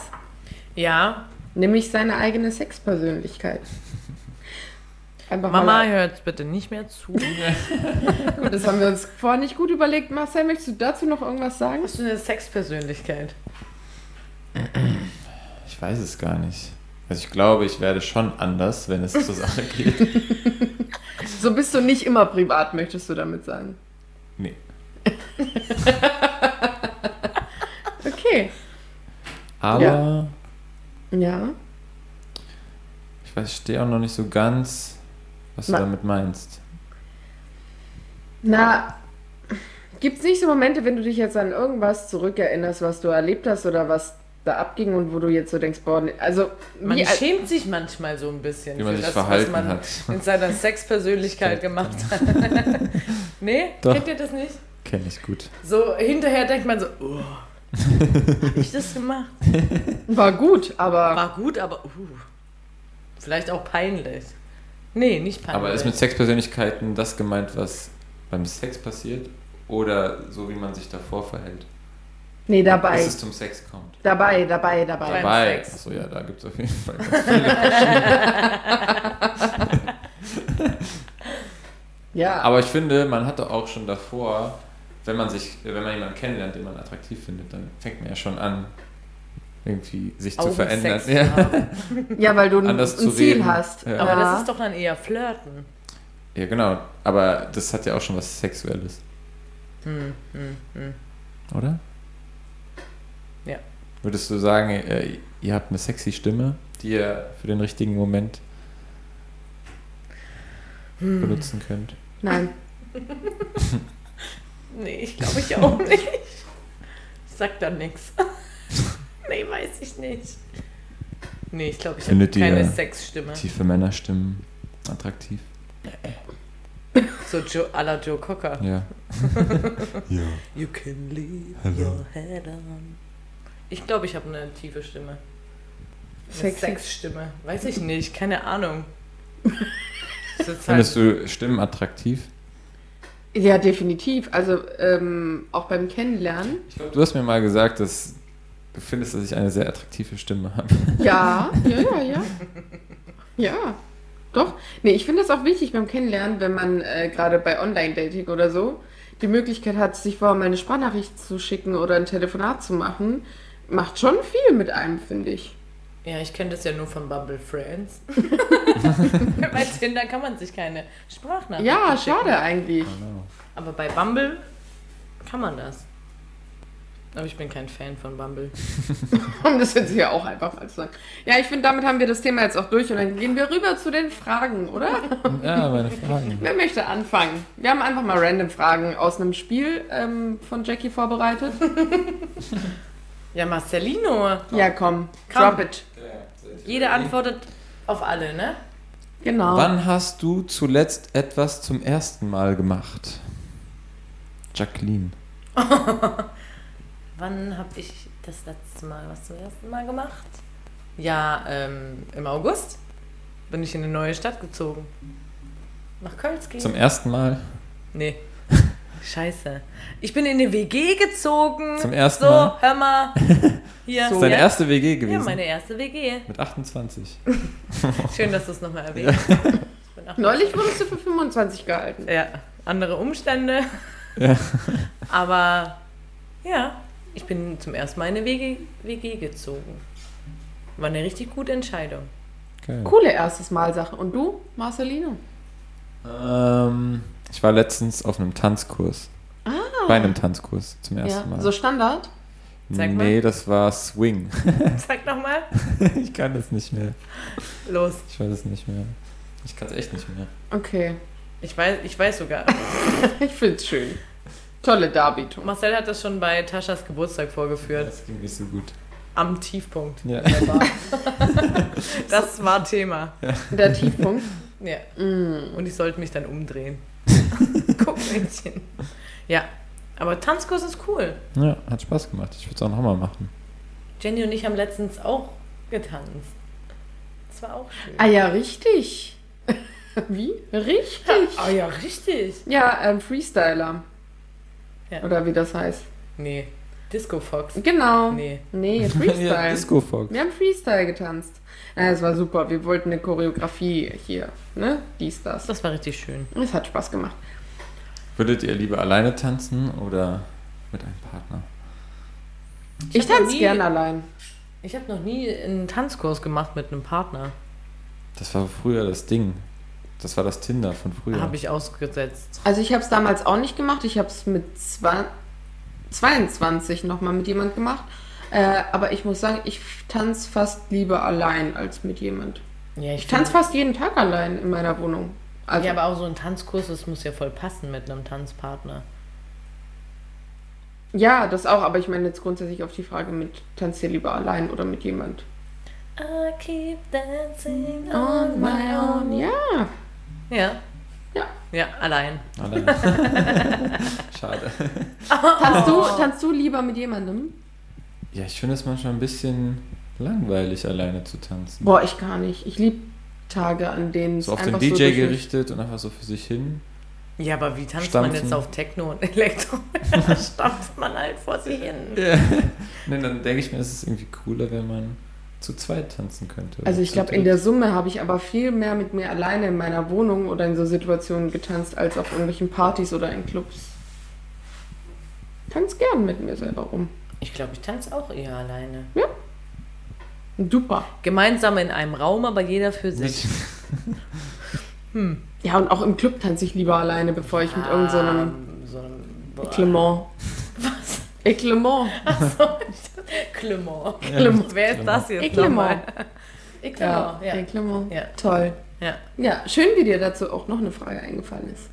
Ja, Nämlich seine eigene Sexpersönlichkeit. Einfach Mama mal. hört's bitte nicht mehr zu. Gut, das haben wir uns vorher nicht gut überlegt. Marcel, möchtest du dazu noch irgendwas sagen? Hast du eine Sexpersönlichkeit? Ich weiß es gar nicht. Also ich glaube, ich werde schon anders, wenn es zur Sache geht. So bist du nicht immer privat, möchtest du damit sagen. Nee. (laughs) Okay. Aber Ja. Ja. ich weiß, ich stehe auch noch nicht so ganz, was Na- du damit meinst. Na, gibt es nicht so Momente, wenn du dich jetzt an irgendwas zurückerinnerst, was du erlebt hast oder was da abging und wo du jetzt so denkst, boah, nee, also Man wie, als- schämt sich manchmal so ein bisschen Wie man für sich das, was verhalten man hat. (laughs) in seiner Sexpersönlichkeit gemacht hat. (laughs) nee? Doch. Kennt ihr das nicht? Kenne ich gut. So hinterher denkt man so, oh, hab ich das gemacht? äh, war gut, aber War gut, aber uh, vielleicht auch peinlich. Nee, nicht peinlich. Aber ist mit Sexpersönlichkeiten das gemeint, was beim Sex passiert? Oder so, wie man sich davor verhält? nee, dabei, Bis es zum Sex kommt. dabei, dabei, dabei. Beim Dabei. Sex. Achso, ja, da gibt es auf jeden Fall. (laughs) Ja, Aber ich finde, man hatte auch schon davor, wenn man sich, wenn man jemanden kennenlernt, den man attraktiv findet, dann fängt man ja schon an, irgendwie sich zu verändern. Augensex Ja. haben. ja weil du ein, ein anders zu Ziel reden. hast. (laughs) Ja. Aber das ist doch dann eher Flirten. ja, genau. Aber das hat ja auch schon was Sexuelles. Hm, hm, hm. Oder? Ja. Würdest du sagen, äh, ihr habt eine sexy Stimme, die ihr für den richtigen Moment hm. Mhm. benutzen könnt? Nein. Nee, ich glaube ich auch nicht. Sag dann nichts. (laughs) nee, weiß ich nicht. Nee, ich glaube, ich habe Findet ihr keine Sexstimme. Tiefe Männerstimmen attraktiv? So jo, à la Joe Cocker. Ja. ja. You can leave Hello. your head on. Ich glaube, ich habe eine tiefe Stimme. Eine Sexy. Sexstimme. Weiß ich nicht, (laughs) keine Ahnung. Das ist jetzt Findest halt, du Stimmen attraktiv? Ja, definitiv. Also ähm, auch beim Kennenlernen. Ich glaube, du hast mir mal gesagt, dass du findest, dass ich eine sehr attraktive Stimme habe. (laughs) Ja, ja, ja, ja. Ja, doch. Nee, ich finde das auch wichtig beim Kennenlernen, wenn man äh, gerade bei Online-Dating oder so die Möglichkeit hat, sich vorher mal eine Sprachnachricht zu schicken oder ein Telefonat zu machen. Macht schon viel mit einem, finde ich. Ja, ich kenne das ja nur von Bumble (laughs) Friends. bei Tinder kann man sich keine Sprachnachricht Ja, schade eigentlich. Aber bei Bumble kann man das. Aber ich bin kein Fan von Bumble. Um das jetzt hier auch einfach mal zu sagen. Ja, ich finde, damit haben wir das Thema jetzt auch durch und dann gehen wir rüber zu den Fragen, (laughs) oder? Ja, meine Fragen. Wer möchte anfangen? Wir haben einfach mal random Fragen aus einem Spiel ähm, von Jackie vorbereitet. Ja, Marcelino. Ja, komm, Komm. drop it. Jeder antwortet auf alle, ne? Genau. Wann hast du zuletzt etwas zum ersten Mal gemacht? Jacqueline. Wann habe ich das letzte Mal was zum ersten Mal gemacht? Ja, ähm, im August bin ich in eine neue Stadt gezogen. Nach Kölski. Zum ersten Mal? nee. (laughs) Scheiße. Ich bin in eine WG gezogen. Zum ersten so, Mal? hör mal. (laughs) Hier. Das ist deine ja. erste WG Ja, gewesen. meine erste WG. Mit 28. Schön, dass du es (laughs) nochmal erwähnst. Ich bin auch- Neulich wurdest du für 25 gehalten. Ja, andere Umstände. Ja. (laughs) Aber ja, ich bin zum ersten Mal in eine WG, WG gezogen. War eine richtig gute Entscheidung. Geil. Coole erstes Mal Sache. Und du, Marcelino? Ähm, ich war letztens auf einem Tanzkurs. Ah. Bei einem Tanzkurs zum ersten Mal. So Standard? Zeig mal. nee, das war Swing. Sag nochmal. ich kann das nicht mehr. Los. Ich weiß es nicht mehr. Ich kann es echt nicht mehr. Okay. (laughs) Ich weiß, ich weiß sogar. Ich find's schön. Tolle Darbietung. Marcel hat das schon bei Taschas Geburtstag vorgeführt. Das ging nicht so gut. Am (laughs) Tiefpunkt. Ja. Das war Thema. Der Tiefpunkt. (laughs) Mm. Ja. Und ich sollte mich dann umdrehen. Guck, Mädchen. Ja. Aber Tanzkurs ist cool. ja, hat Spaß gemacht. Ich würde es auch nochmal machen. Jenny und ich haben letztens auch getanzt. Das war auch schön. Ah ja, richtig. (laughs) Wie? Richtig. Ah ja, richtig. Ja, ähm, Freestyler. Ja. Oder wie das heißt. Nee, Disco Fox. Genau. Nee. Nee, Freestyle. (laughs) Ja, Disco Fox. Wir haben Freestyle getanzt. Ja, es war super. Wir wollten eine Choreografie hier. Ne? Dies, das. Das war richtig schön. Es hat Spaß gemacht. Würdet ihr lieber alleine tanzen oder mit einem Partner? Ich, hab noch tanze nie- gern allein. Ich habe noch nie einen Tanzkurs gemacht mit einem Partner. Das war früher das Ding. Das war das Tinder von früher. Habe ich ausgesetzt. Also ich habe es damals auch nicht gemacht. Ich habe es mit zwei, 22 nochmal mit jemand gemacht. Äh, aber ich muss sagen, ich tanze fast lieber allein als mit jemand. Ja, Ich tanze fast jeden Tag allein in meiner Wohnung. Also, Ja, aber auch so ein Tanzkurs, das muss ja voll passen mit einem Tanzpartner. ja, das auch. Aber ich meine jetzt grundsätzlich auf die Frage mit, tanzt ihr lieber allein oder mit jemand? I keep dancing On my own. (laughs) Ja. Ja. Ja. Ja, allein. Alleine. (laughs) Schade. Tanzt, du, tanzt du lieber mit jemandem? Ja, ich finde es manchmal ein bisschen langweilig, alleine zu tanzen. Boah, ich gar nicht. Ich liebe Tage, an denen es so auf den einfach DJ so durch mich- gerichtet und einfach so für sich hin. Ja, aber wie tanzt man Stampfen. jetzt auf Techno und Elektro? (laughs) da stampft man halt vor sich hin. (laughs) Nee, dann denke ich mir, es ist irgendwie cooler, wenn man zu zweit tanzen könnte. oder Also ich zu glaube, in der dritt. Summe habe ich aber viel mehr mit mir alleine in meiner Wohnung oder in so Situationen getanzt, als auf irgendwelchen Partys oder in Clubs. Tanz gern mit mir selber rum. Ich glaube, ich tanze auch eher alleine. Super. Gemeinsam in einem Raum, aber jeder für sich. Nicht- Ja, und auch im Club tanze ich lieber alleine, bevor ich mit irgendeinem so einem Ah, so einem boah. Eklement. Was? Eklement. Äh, Clement. Clement. (laughs) Wer ist das jetzt Eklement. nochmal? Ja, Eklement, ja. Eklement. Ja. Toll. ja. Ja, schön, wie dir dazu auch noch eine Frage eingefallen ist.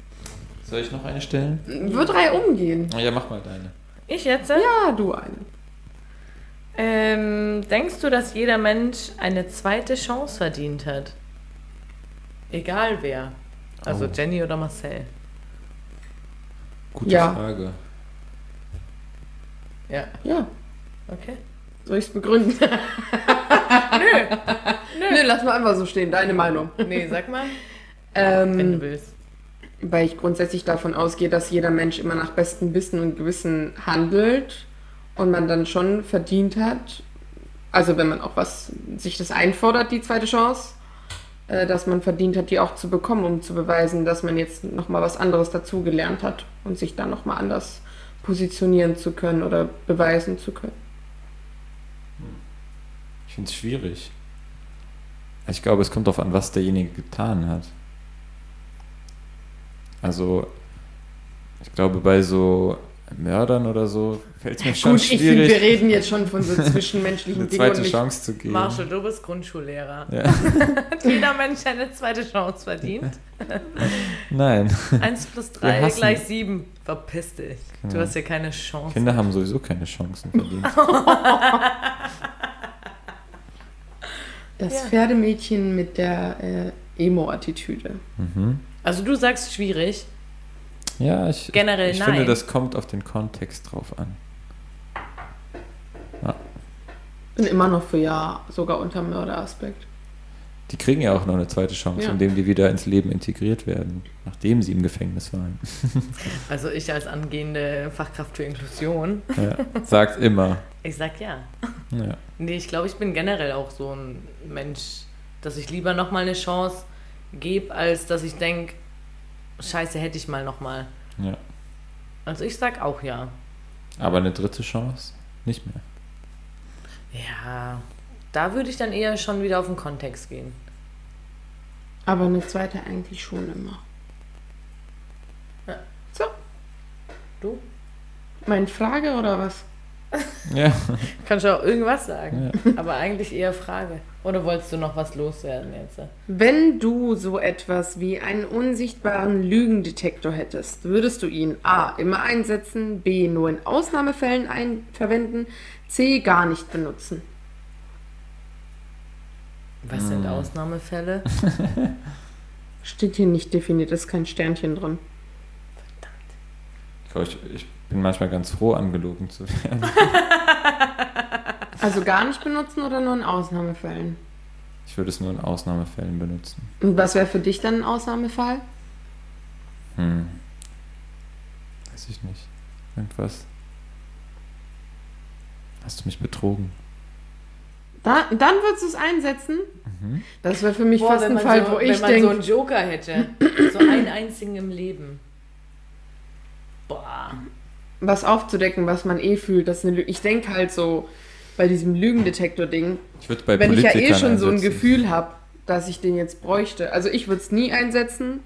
Soll ich noch eine stellen? Wird Hm. drei umgehen. Oh, ja, mach mal deine. Ich jetzt? Ja, du eine. Ähm, denkst du, dass jeder Mensch eine zweite Chance verdient hat? Egal wer. Also Oh. Jenny oder Marcel. Gute Ja. Frage. Ja, Ja, okay. soll ich es (laughs) begründen? Nö, lass mal einfach so stehen, deine Meinung. Nee, sag mal, (laughs) wenn du Ähm, willst. weil ich grundsätzlich davon ausgehe, dass jeder Mensch immer nach bestem Wissen und Gewissen handelt und man dann schon verdient hat, also wenn man auch was sich das einfordert, die zweite Chance, äh, dass man verdient hat, die auch zu bekommen, um zu beweisen, dass man jetzt nochmal was anderes dazugelernt hat und sich dann nochmal anders positionieren zu können oder beweisen zu können. Ich finde es schwierig. Ich glaube, es kommt darauf an, was derjenige getan hat. Also, ich glaube, bei so Mördern oder so fällt es mir schon Gut, ich finde, wir schwierig, reden jetzt schon (laughs) von so zwischenmenschlichen eine Dingen und zweite nicht Chance zu geben. Marshall, du bist Grundschullehrer. (laughs) Ja. (laughs) Hat jeder Mensch eine zweite Chance (laughs) verdient? Nein, Eins plus drei hassen- gleich sieben. Verpiss dich. Du Genau. hast ja keine Chance. Kinder haben sowieso keine (laughs) Chancen verdient. das Ja. Pferdemädchen mit der äh, Emo-Attitüde. Mhm. Also du sagst schwierig. Ja, ich, Generell ich nein. finde, das kommt auf den Kontext drauf an. Bin immer noch für ja, sogar unter Mörderaspekt. Die kriegen ja auch noch eine zweite Chance, Ja. indem die wieder ins Leben integriert werden, nachdem sie im (laughs) Gefängnis waren. Also ich als angehende Fachkraft für Inklusion, Ja. Sagt immer. ich sag ja. Ja. Nee, ich glaube, ich bin generell auch so ein Mensch, dass ich lieber nochmal eine Chance gebe, als dass ich denke, scheiße, hätte ich mal nochmal. Ja. Also ich sag auch ja. Aber eine dritte Chance? Nicht mehr. Ja, da würde ich dann eher schon wieder auf den Kontext gehen. Aber eine zweite eigentlich schon immer. Äh, So, Du? meine Frage oder was? Ja. Kannst du auch irgendwas sagen, ja. aber eigentlich eher Frage. Oder wolltest du noch was loswerden jetzt? Wenn du so etwas wie einen unsichtbaren Lügendetektor hättest, würdest du ihn A. immer einsetzen, B. nur in Ausnahmefällen ein verwenden, C. gar nicht benutzen. Was Hm. sind Ausnahmefälle? Steht hier nicht definiert, ist kein Sternchen drin. Ich glaub, Ich, ich bin manchmal ganz froh, angelogen zu werden. Also gar nicht benutzen oder nur in Ausnahmefällen? Ich würde es nur in Ausnahmefällen benutzen. Und was wäre für dich dann ein Ausnahmefall? Hm. Weiß ich nicht. Irgendwas. Hast du mich betrogen? Da, dann würdest du es einsetzen? Mhm. Das wäre für mich Boah, fast wenn ein man Fall, so, wo wenn ich man denke, so einen Joker hätte. so einen einzigen im Leben. Boah. was aufzudecken, was man eh fühlt. Das ist eine Lü ich denke halt so bei diesem Lügendetektor-Ding, Ich würde bei wenn ich ja Politikern eh schon so ein einsetzen. Gefühl habe, dass ich den jetzt bräuchte. Also ich würde es nie einsetzen,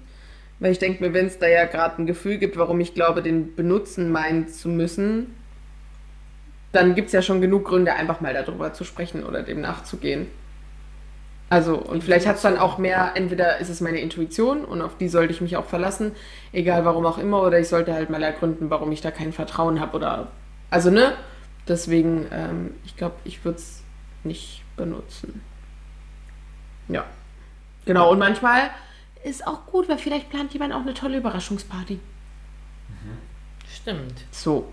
weil ich denke mir, wenn es da ja gerade ein Gefühl gibt, warum ich glaube, den benutzen meinen zu müssen, dann gibt es ja schon genug Gründe, einfach mal darüber zu sprechen oder dem nachzugehen. Also, und vielleicht hat es dann auch mehr, entweder ist es meine Intuition und auf die sollte ich mich auch verlassen, egal warum auch immer, oder ich sollte halt mal ergründen, warum ich da kein Vertrauen habe oder. Also, ne? Deswegen, ähm, ich glaube, ich würde es nicht benutzen. Ja. Genau, und manchmal ist auch gut, weil vielleicht plant jemand auch eine tolle Überraschungsparty. Stimmt. So.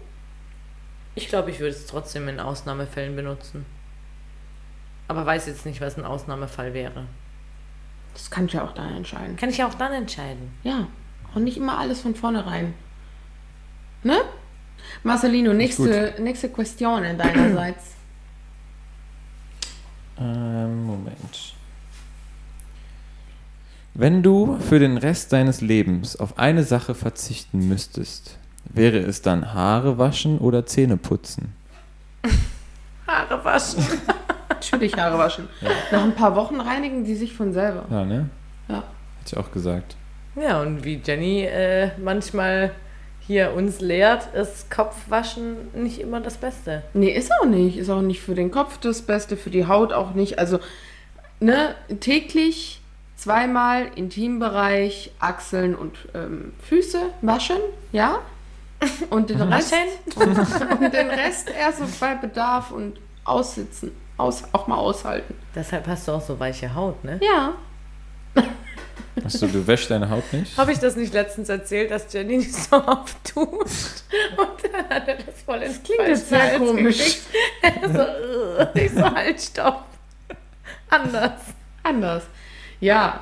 Ich glaube, ich würde es trotzdem in Ausnahmefällen benutzen. Aber weiß jetzt nicht, was ein Ausnahmefall wäre. Das kann ich ja auch dann entscheiden. Kann ich ja auch dann entscheiden. Ja. Und nicht immer alles von vornherein. Ne? Marcelino, nächste, nächste Question deinerseits. Ähm, Moment. Wenn du für den Rest deines Lebens auf eine Sache verzichten müsstest, wäre es dann Haare waschen oder Zähne putzen? Haare waschen. Natürlich Haare waschen. Ja. Nach ein paar Wochen reinigen die sich von selber. Ja, ne? Ja. Hätte ich auch gesagt. Ja, und wie Jenny äh, manchmal hier uns lehrt, ist Kopfwaschen nicht immer das Beste. Nee, ist auch nicht. Ist auch nicht für den Kopf das Beste, für die Haut auch nicht. Also, ne, täglich zweimal Intimbereich, Achseln und ähm, Füße waschen, ja. Und (laughs) den Rest, Waschen? und den Rest erst so bei Bedarf und aussitzen. Aus, auch mal aushalten. Deshalb hast du auch so weiche Haut, ne? Ja. Achso, du wäschst deine Haut nicht? Habe ich das nicht letztens erzählt, dass Jenny (laughs) nicht so oft tut? Und dann hat er das voll ins Klingt jetzt sehr komisch. (laughs) so, ich so, halt, stopp. Anders. Anders. Ja,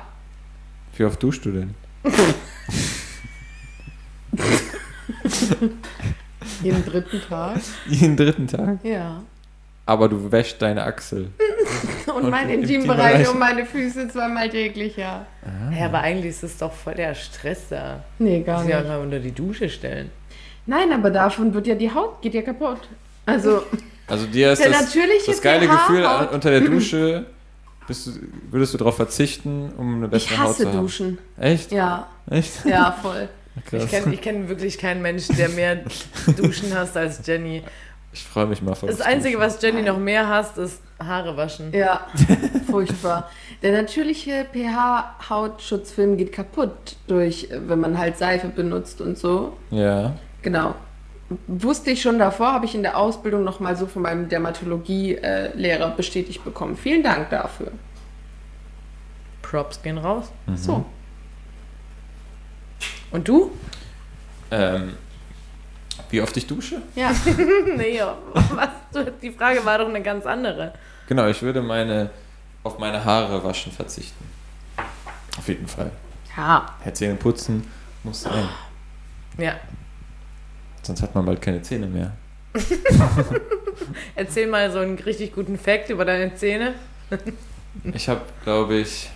Wie oft duschst du denn? Jeden dritten Tag. Jeden dritten Tag. Ja. Aber du wäschst deine Achsel. Und, Und mein im Intimbereich Intimbereich. und meine Füße zweimal täglich, ja. Ja, aber eigentlich ist es doch voll der Stress da. Ah, Nee, gar Kannst nicht. ja mal unter die Dusche stellen. Nein, aber davon wird ja die Haut, geht ja kaputt. (laughs) Also, Also dir ist Der das, natürliche das geile Gefühl äh, pH-Haut. unter der Dusche, bist du, würdest du darauf verzichten, um eine ich bessere Haut zu hasse haben. Duschen. Echt? Ja, Echt? ja, voll. Ich Krass. Ich, kenne ich kenn wirklich keinen Menschen, der mehr Duschen hasst als Jenny. freue mich mal vor. Das Einzige, was Jenny noch mehr hasst, ist Haare waschen. Ja, (laughs) furchtbar. Der natürliche pH-Hautschutzfilm geht kaputt durch, äh, wenn man halt Seife benutzt und so. Ja. Genau. Wusste ich schon davor, habe ich in der Ausbildung nochmal so von meinem Dermatologie-Lehrer bestätigt bekommen. Vielen Dank dafür. Props gehen raus. Mhm. So. Und du? Ähm, wie oft ich dusche? Ja. Nee, ja. was? Du- Die Frage war doch eine ganz andere. Genau, ich würde meine auf meine Haare waschen verzichten. Auf jeden Fall. (laughs) Ja. Ja, Zähne putzen muss sein. Ja. Sonst hat man bald keine Zähne mehr. Erzähl mal so einen richtig guten Fact über deine Zähne. Ich habe, glaube ich,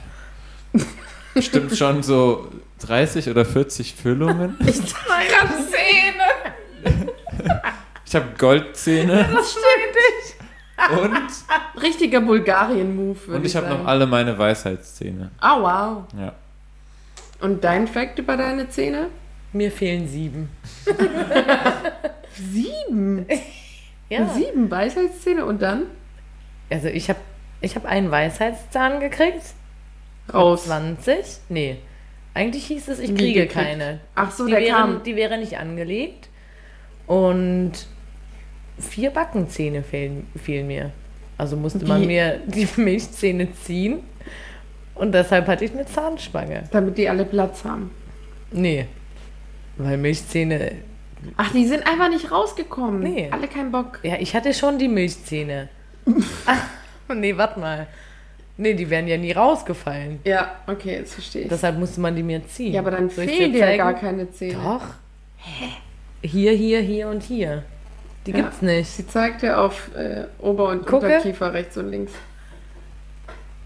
bestimmt schon so 30 oder 40 Füllungen. Meine Zähne. Ich habe Goldzähne Das stimmt und, nicht. Richtiger Bulgarien-Move, würde und ich, ich habe sagen. noch alle meine Weisheitszähne. Ah, wow. Ja. Und dein Fact über deine Zähne? Mir fehlen sieben. Sieben. Ja. Sieben Weisheitszähne und dann? Also ich habe ich hab einen Weisheitszahn gekriegt. Raus. 20? Nee. Eigentlich hieß es, ich Nie kriege gekriegt. keine. Ach so, Die der wäre, kam. die wäre nicht angelegt. Und vier Backenzähne fehlen, fehlen mir. Also musste man Die- mir die Milchzähne ziehen. Und deshalb hatte ich eine Zahnspange. Damit die alle Platz haben. Nee. Weil Milchzähne. Ach, die sind einfach nicht rausgekommen. Nee. Alle keinen Bock. Ja, ich hatte schon (laughs) die Milchzähne. Ach, nee, warte mal. Nee, die wären ja nie rausgefallen. Ja, okay, jetzt verstehe ich. Deshalb musste man die mir ziehen. ja, aber dann Soll ich fehlen dir ja zeigen? gar keine Zähne. Doch. Hier, hier, hier und hier. Die Ja. gibt's nicht. Sie zeigt ja auf äh, Ober- und Gucke. Unterkiefer rechts und links.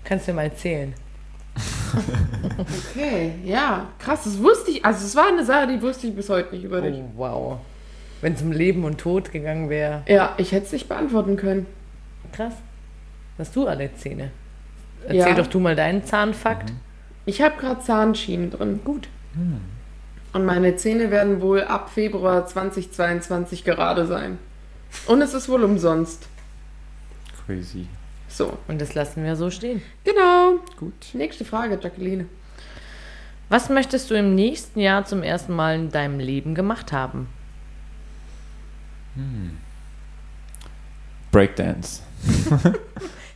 Kannst du mal zählen. Okay, ja, krass, das wusste ich. Also es war eine Sache, die wusste ich bis heute nicht über dich. Oh, wow. Wenn es um Leben und Tod gegangen wäre. Ja, ich hätte es nicht beantworten können. Krass. Hast du alle Zähne? Erzähl Ja. doch du mal deinen Mhm. Zahnfakt. Ich habe gerade Zahnschienen drin. Gut. Und meine Zähne werden wohl ab Februar 2022 gerade sein. Und es ist wohl umsonst. Crazy. So, Und das lassen wir so stehen. genau. Gut. Nächste Frage, Jacqueline. Was möchtest du im nächsten Jahr zum ersten Mal in deinem Leben gemacht (laughs) haben? Hm. Breakdance.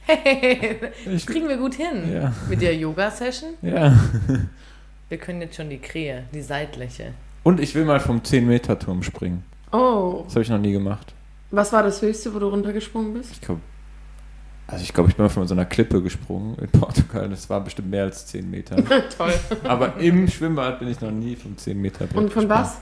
Hey, das Ich- kriegen wir gut hin. Ja. Mit der Yoga-Session. Ja. Wir können jetzt schon die Krähe, die seitliche. Und ich will mal vom 10-Meter-Turm springen. Oh, Das habe ich noch nie gemacht. was war das Höchste, wo du runtergesprungen bist? Ich glaube, also ich glaube, ich bin mal von so einer Klippe gesprungen in Portugal. Das war bestimmt mehr als 10 Meter. Toll. Aber im Schwimmbad bin ich noch nie vom 10 Meter Brett Und von was?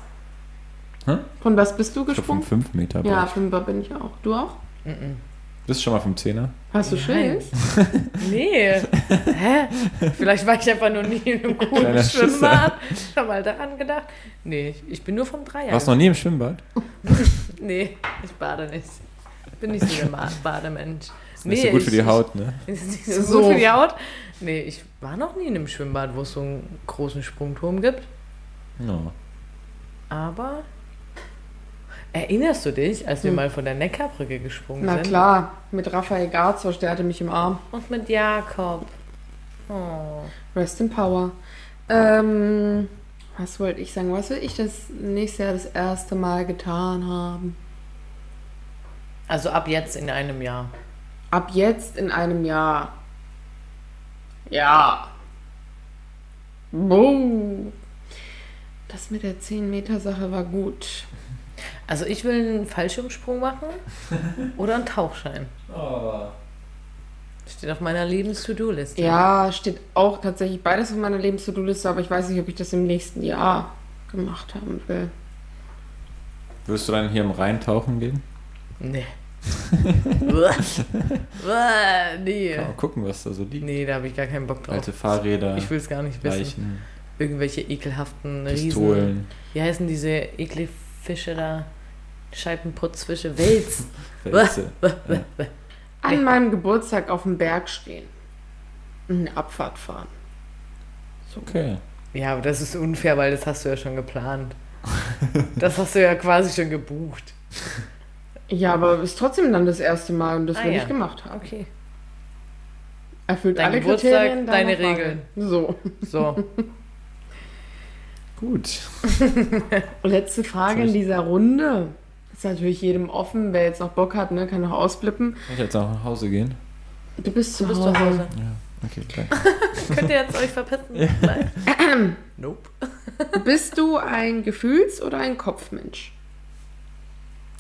Hä? Von was bist du Ich glaube, vom gesprungen? 5 Meter Brett. Ja, Fünfer bin ich auch. Du auch? Mhm. Bist du schon mal vom 10er? Hast du Nein. Schiss? (laughs) Nee. Hä? Vielleicht war ich einfach nur nie in einem guten Kleiner Schisser. Schwimmbad. Ich habe mal daran gedacht. Nee, ich- ich bin nur vom Dreier. Warst du noch nie im Schwimmbad? Nee, ich bade nicht. Bin nicht so der Ma- Bademensch. Ist nicht so gut für die Haut, ne? Ich, ist nicht so, So. gut für die Haut. Nee, ich war noch nie in einem Schwimmbad, wo es so einen großen Sprungturm gibt. No. Aber erinnerst du dich, als wir Hm. mal von der Neckarbrücke gesprungen Na sind? klar, mit Raphael Garzos, der hatte mich im Arm. Und mit Jakob. Oh. Rest in Power. Ähm, was wollte ich sagen? Was will ich das nächstes Jahr das erste Mal getan haben? Also ab jetzt in einem Jahr. Ab jetzt in einem Jahr. Ja. Wow. Das mit der 10-Meter-Sache war gut. Also ich will einen Fallschirmsprung (laughs) machen oder einen Tauchschein. Steht auf meiner Lebens-To-Do-Liste. Ja, steht auch tatsächlich beides auf meiner Lebens-To-Do-Liste, aber ich weiß nicht, ob ich das im nächsten Jahr gemacht haben will. Würdest du dann hier im Rhein tauchen gehen? (laughs) Nee. Uah. Uah, nee. Mal gucken, was da so liegt. Nee, da habe ich gar keinen Bock drauf. Alte Fahrräder, Ich will es gar nicht wissen. Leichen, Irgendwelche ekelhaften Riesen. Pistolen, Wie heißen diese Ekelfische da? Scheibenputzfische, (laughs) Wels. Felsen. An meinem Geburtstag auf dem Berg stehen. Eine Abfahrt fahren. Ist okay. Ja, aber das ist unfair, weil das hast du ja schon (laughs) geplant. Das hast du ja quasi schon gebucht. Ja, aber ist trotzdem dann das erste Mal und das Ah, will ja. ich gemacht haben. Okay. Erfüllt Dein alle Geburtstag, Kriterien. deiner deine Frage. Regeln. So. So, Gut. Letzte Frage in Soll ich- dieser Runde. Ist natürlich jedem offen, wer jetzt noch Bock hat, ne, kann noch ausblippen. Kann ich jetzt auch nach Hause gehen? Du bist zu du bist Hause. zu Hause. Okay, klar. Könnt ihr jetzt euch verpissen? Nein. Nope. (laughs) Bist du ein Gefühls- oder ein Kopfmensch?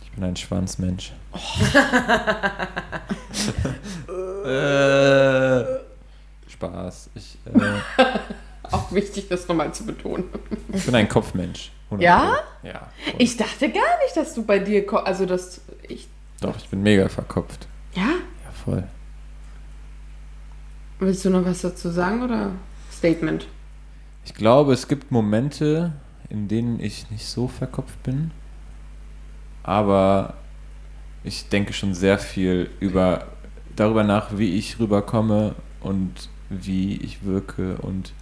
Ich bin ein Schwanzmensch. (laughs) äh, Spaß. Ich, äh, Auch wichtig, das nochmal zu betonen. ich bin ein Kopfmensch. 100 Ja? Pro. Ja. voll. Ich dachte gar nicht, dass du bei dir, ko- also dass ich, Doch, ich bin mega verkopft. ja? Ja, voll. Willst du noch was dazu sagen oder Statement? Ich glaube, es gibt Momente, in denen ich nicht so verkopft bin. Aber ich denke schon sehr viel über, darüber nach, wie ich rüberkomme und wie ich wirke und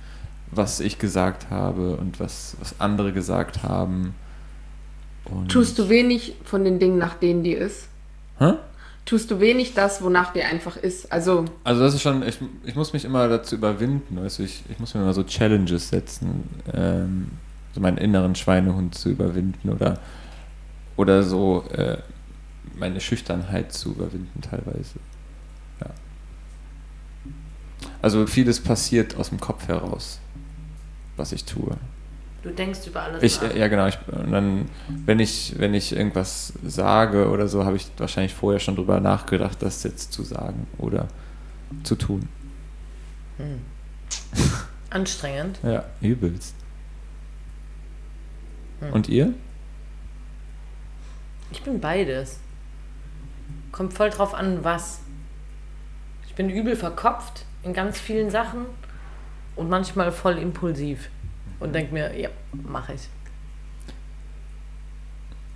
was ich gesagt habe und was, was andere gesagt haben. Und Tust du wenig von den Dingen, nach denen dir ist? Hä? Tust du wenig das, wonach dir einfach ist? Also, Also das ist schon, ich, ich muss mich immer dazu überwinden, weißt du, ich, ich muss mir immer so Challenges setzen, ähm, so meinen inneren Schweinehund zu überwinden oder, oder so äh, meine Schüchternheit zu überwinden teilweise. Ja. Also vieles passiert aus dem Kopf heraus, was ich tue. Du denkst über alles Ich, nach. äh, ja genau, ich, und dann, wenn ich, wenn ich irgendwas sage oder so, habe ich wahrscheinlich vorher schon drüber nachgedacht, das jetzt zu sagen oder zu tun. Hm. Anstrengend. Ja, übelst. Hm. Und ihr? Ich bin beides. Kommt voll drauf an, was. Ich bin übel verkopft in ganz vielen Sachen und manchmal voll impulsiv und denke mir, ja, mache ich.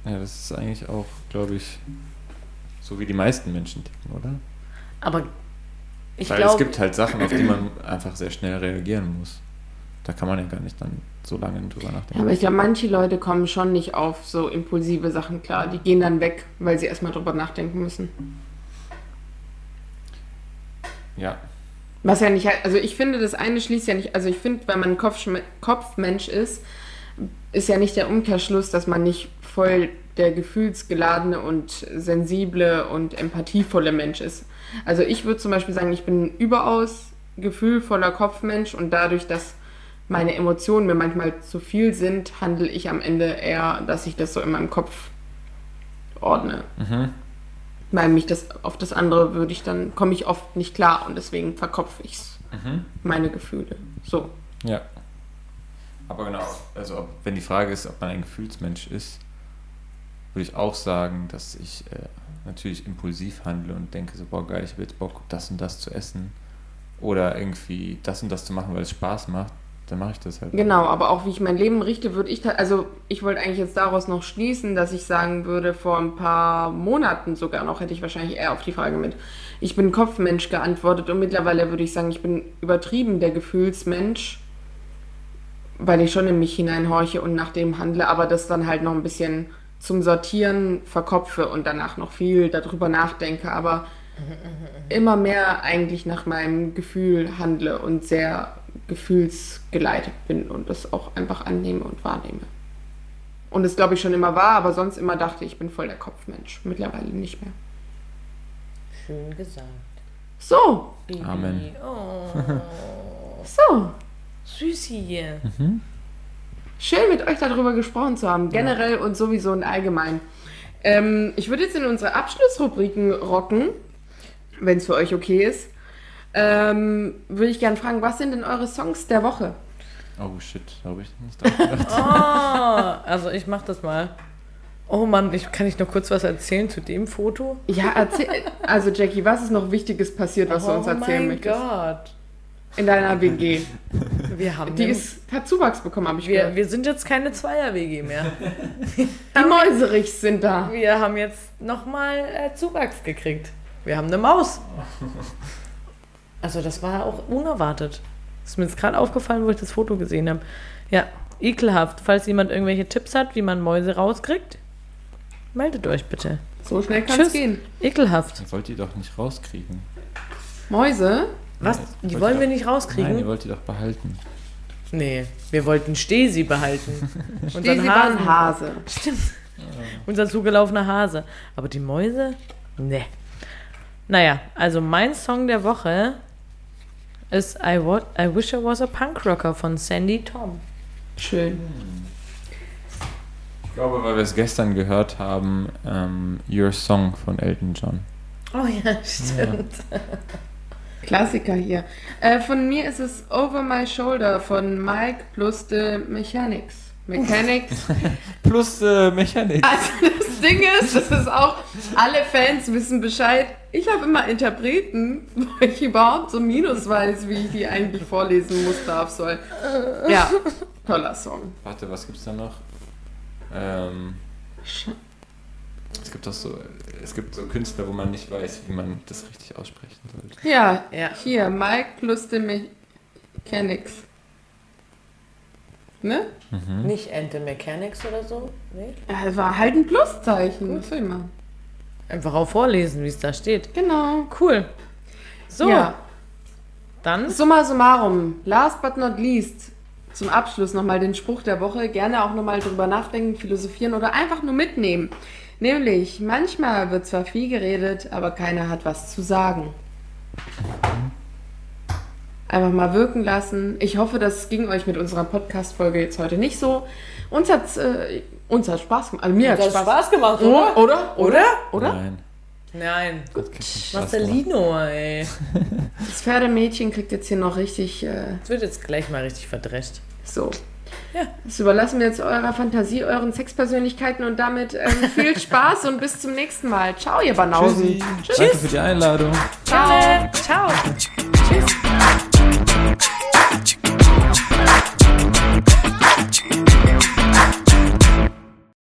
Ja, das ist eigentlich auch, glaube ich, so wie die meisten Menschen ticken, oder? Aber ich Weil es glaube, gibt halt Sachen, auf die man einfach sehr schnell reagieren muss. Da kann man ja gar nicht dann so lange drüber ja, aber nachdenken. ich glaube, manche Leute kommen schon nicht auf so impulsive Sachen klar. Die gehen dann weg, weil sie erstmal drüber nachdenken müssen. Ja, Was ja nicht, he- also ich finde, das eine schließt ja nicht, also ich finde, wenn man ein Kopfschme- Kopfmensch ist, ist ja nicht der Umkehrschluss, dass man nicht voll der gefühlsgeladene und sensible und empathievolle Mensch ist. Also ich würde zum Beispiel sagen, ich bin ein überaus gefühlvoller Kopfmensch und dadurch, dass meine Emotionen mir manchmal zu viel sind, handle ich am Ende eher, dass ich das so in meinem Kopf ordne. Mhm. Weil mich das auf das andere würde ich dann, komme ich oft nicht klar und deswegen verkopfe ich Mhm. meine Gefühle. So. ja. Aber genau, also ob, wenn die Frage ist, ob man ein Gefühlsmensch ist, würde ich auch sagen, dass ich äh, natürlich impulsiv handle und denke so, boah geil, ich habe jetzt Bock, das und das zu essen oder irgendwie das und das zu machen, weil es Spaß macht, dann mache ich das halt. Genau, aber auch wie ich mein Leben richte, würde ich, ta- also ich wollte eigentlich jetzt daraus noch schließen, dass ich sagen würde, vor ein paar Monaten sogar noch, hätte ich wahrscheinlich eher auf die Frage mit, ich bin Kopfmensch geantwortet und mittlerweile würde ich sagen, ich bin übertrieben der Gefühlsmensch, weil ich schon in mich hineinhorche und nach dem handle, aber das dann halt noch ein bisschen zum Sortieren verkopfe und danach noch viel darüber nachdenke, aber immer mehr eigentlich nach meinem Gefühl handle und sehr gefühlsgeleitet bin und das auch einfach annehme und wahrnehme. Und das glaube ich schon immer war, aber sonst immer dachte ich bin voll der Kopfmensch. Mittlerweile nicht mehr. schön gesagt. So, Baby. Amen. Oh, so. Süßi. Schön mit euch darüber gesprochen zu haben, generell und sowieso und allgemein. Ähm, ich würde jetzt in unsere Abschlussrubriken rocken, wenn es für euch okay ist. Ähm, würde ich gerne fragen, was sind denn eure Songs der Woche? Oh shit, da habe ich nicht drauf gedacht. Oh, also ich mach das mal. Oh Mann, ich, kann ich noch kurz was erzählen zu dem Foto? Ja, erzähl. Also, Jackie, was ist noch Wichtiges passiert, was du uns erzählen Oh mein möchtest? Gott. In deiner WG. Wir haben Die einen- ist, hat Zuwachs bekommen, habe ich wir, gehört. wir sind jetzt keine Zweier-WG mehr. Die Mäuserichs sind da. Wir haben jetzt nochmal äh, Zuwachs gekriegt. Wir haben eine (laughs) Maus. Also das war auch unerwartet. Ist mir jetzt gerade aufgefallen, wo ich das Foto gesehen habe. Ja, ekelhaft. Falls jemand irgendwelche Tipps hat, wie man Mäuse rauskriegt, meldet euch bitte. So schnell kann es Tschüss. gehen. Ekelhaft. Dann wollt ihr doch nicht rauskriegen. Mäuse? Was? Nein, wollt Die ihr wollen doch- wir nicht Nein, ihr rauskriegen? wollt die doch behalten. Nee, wir wollten Stesi (laughs) behalten. Die, Unseren sie waren Hasen. Hase. Stimmt. Unser zugelaufener Hase. Aber die Mäuse? Ne. Naja, also mein Song der Woche ist I, wa I Wish I Was a Punk Rocker von Sandy Tom. Schön. Ich glaube, weil wir es gestern gehört haben, ähm, Your Song von Elton John. Oh ja, stimmt. Klassiker hier. Äh, von mir ist es Over My Shoulder von Mike plus The Mechanics. Mechanics Plus äh, Mechanik. Also das Ding ist, das ist auch, alle Fans wissen Bescheid. Ich habe immer Interpreten, wo ich überhaupt so minus weiß, wie ich die eigentlich vorlesen muss, darf, soll. Ja, toller Song. Warte, was gibt's da noch? Ähm, Sch- es gibt doch so, es gibt so Künstler, wo man nicht weiß, wie man das richtig aussprechen sollte. Ja, Ja. hier, Mike plus The Mechanics. Ne? Hm? Nicht Ente Mechanics oder so? Nee. Ja, War halt ein Pluszeichen. Was will man? Einfach auch vorlesen, wie es da steht. Genau. Cool. So, Ja. dann Summa summarum, last but not least, zum Abschluss nochmal den Spruch der Woche. Gerne auch nochmal drüber nachdenken, philosophieren oder einfach nur mitnehmen. Nämlich, manchmal wird zwar viel geredet, aber keiner hat was zu sagen. Einfach mal wirken lassen. Ich hoffe, das ging euch mit unserer Podcast-Folge jetzt heute nicht so. Uns hat's, äh, uns hat Spaß gemacht. Also mir hat hat's Spaß, Spaß gemacht, gemacht. Oder? oder? Oder? Oder? Nein. Nein. Das kann nicht Spaß machen. Marcelino, ey. Das Pferdemädchen kriegt jetzt hier noch richtig äh, Es wird jetzt gleich mal richtig verdrescht. So. Ja. Das überlassen wir jetzt eurer Fantasie, euren Sexpersönlichkeiten und damit ähm, viel Spaß und bis zum nächsten Mal. Ciao, ihr Banausen. Tschüssi. Danke für die Einladung. Ciao. Ciao.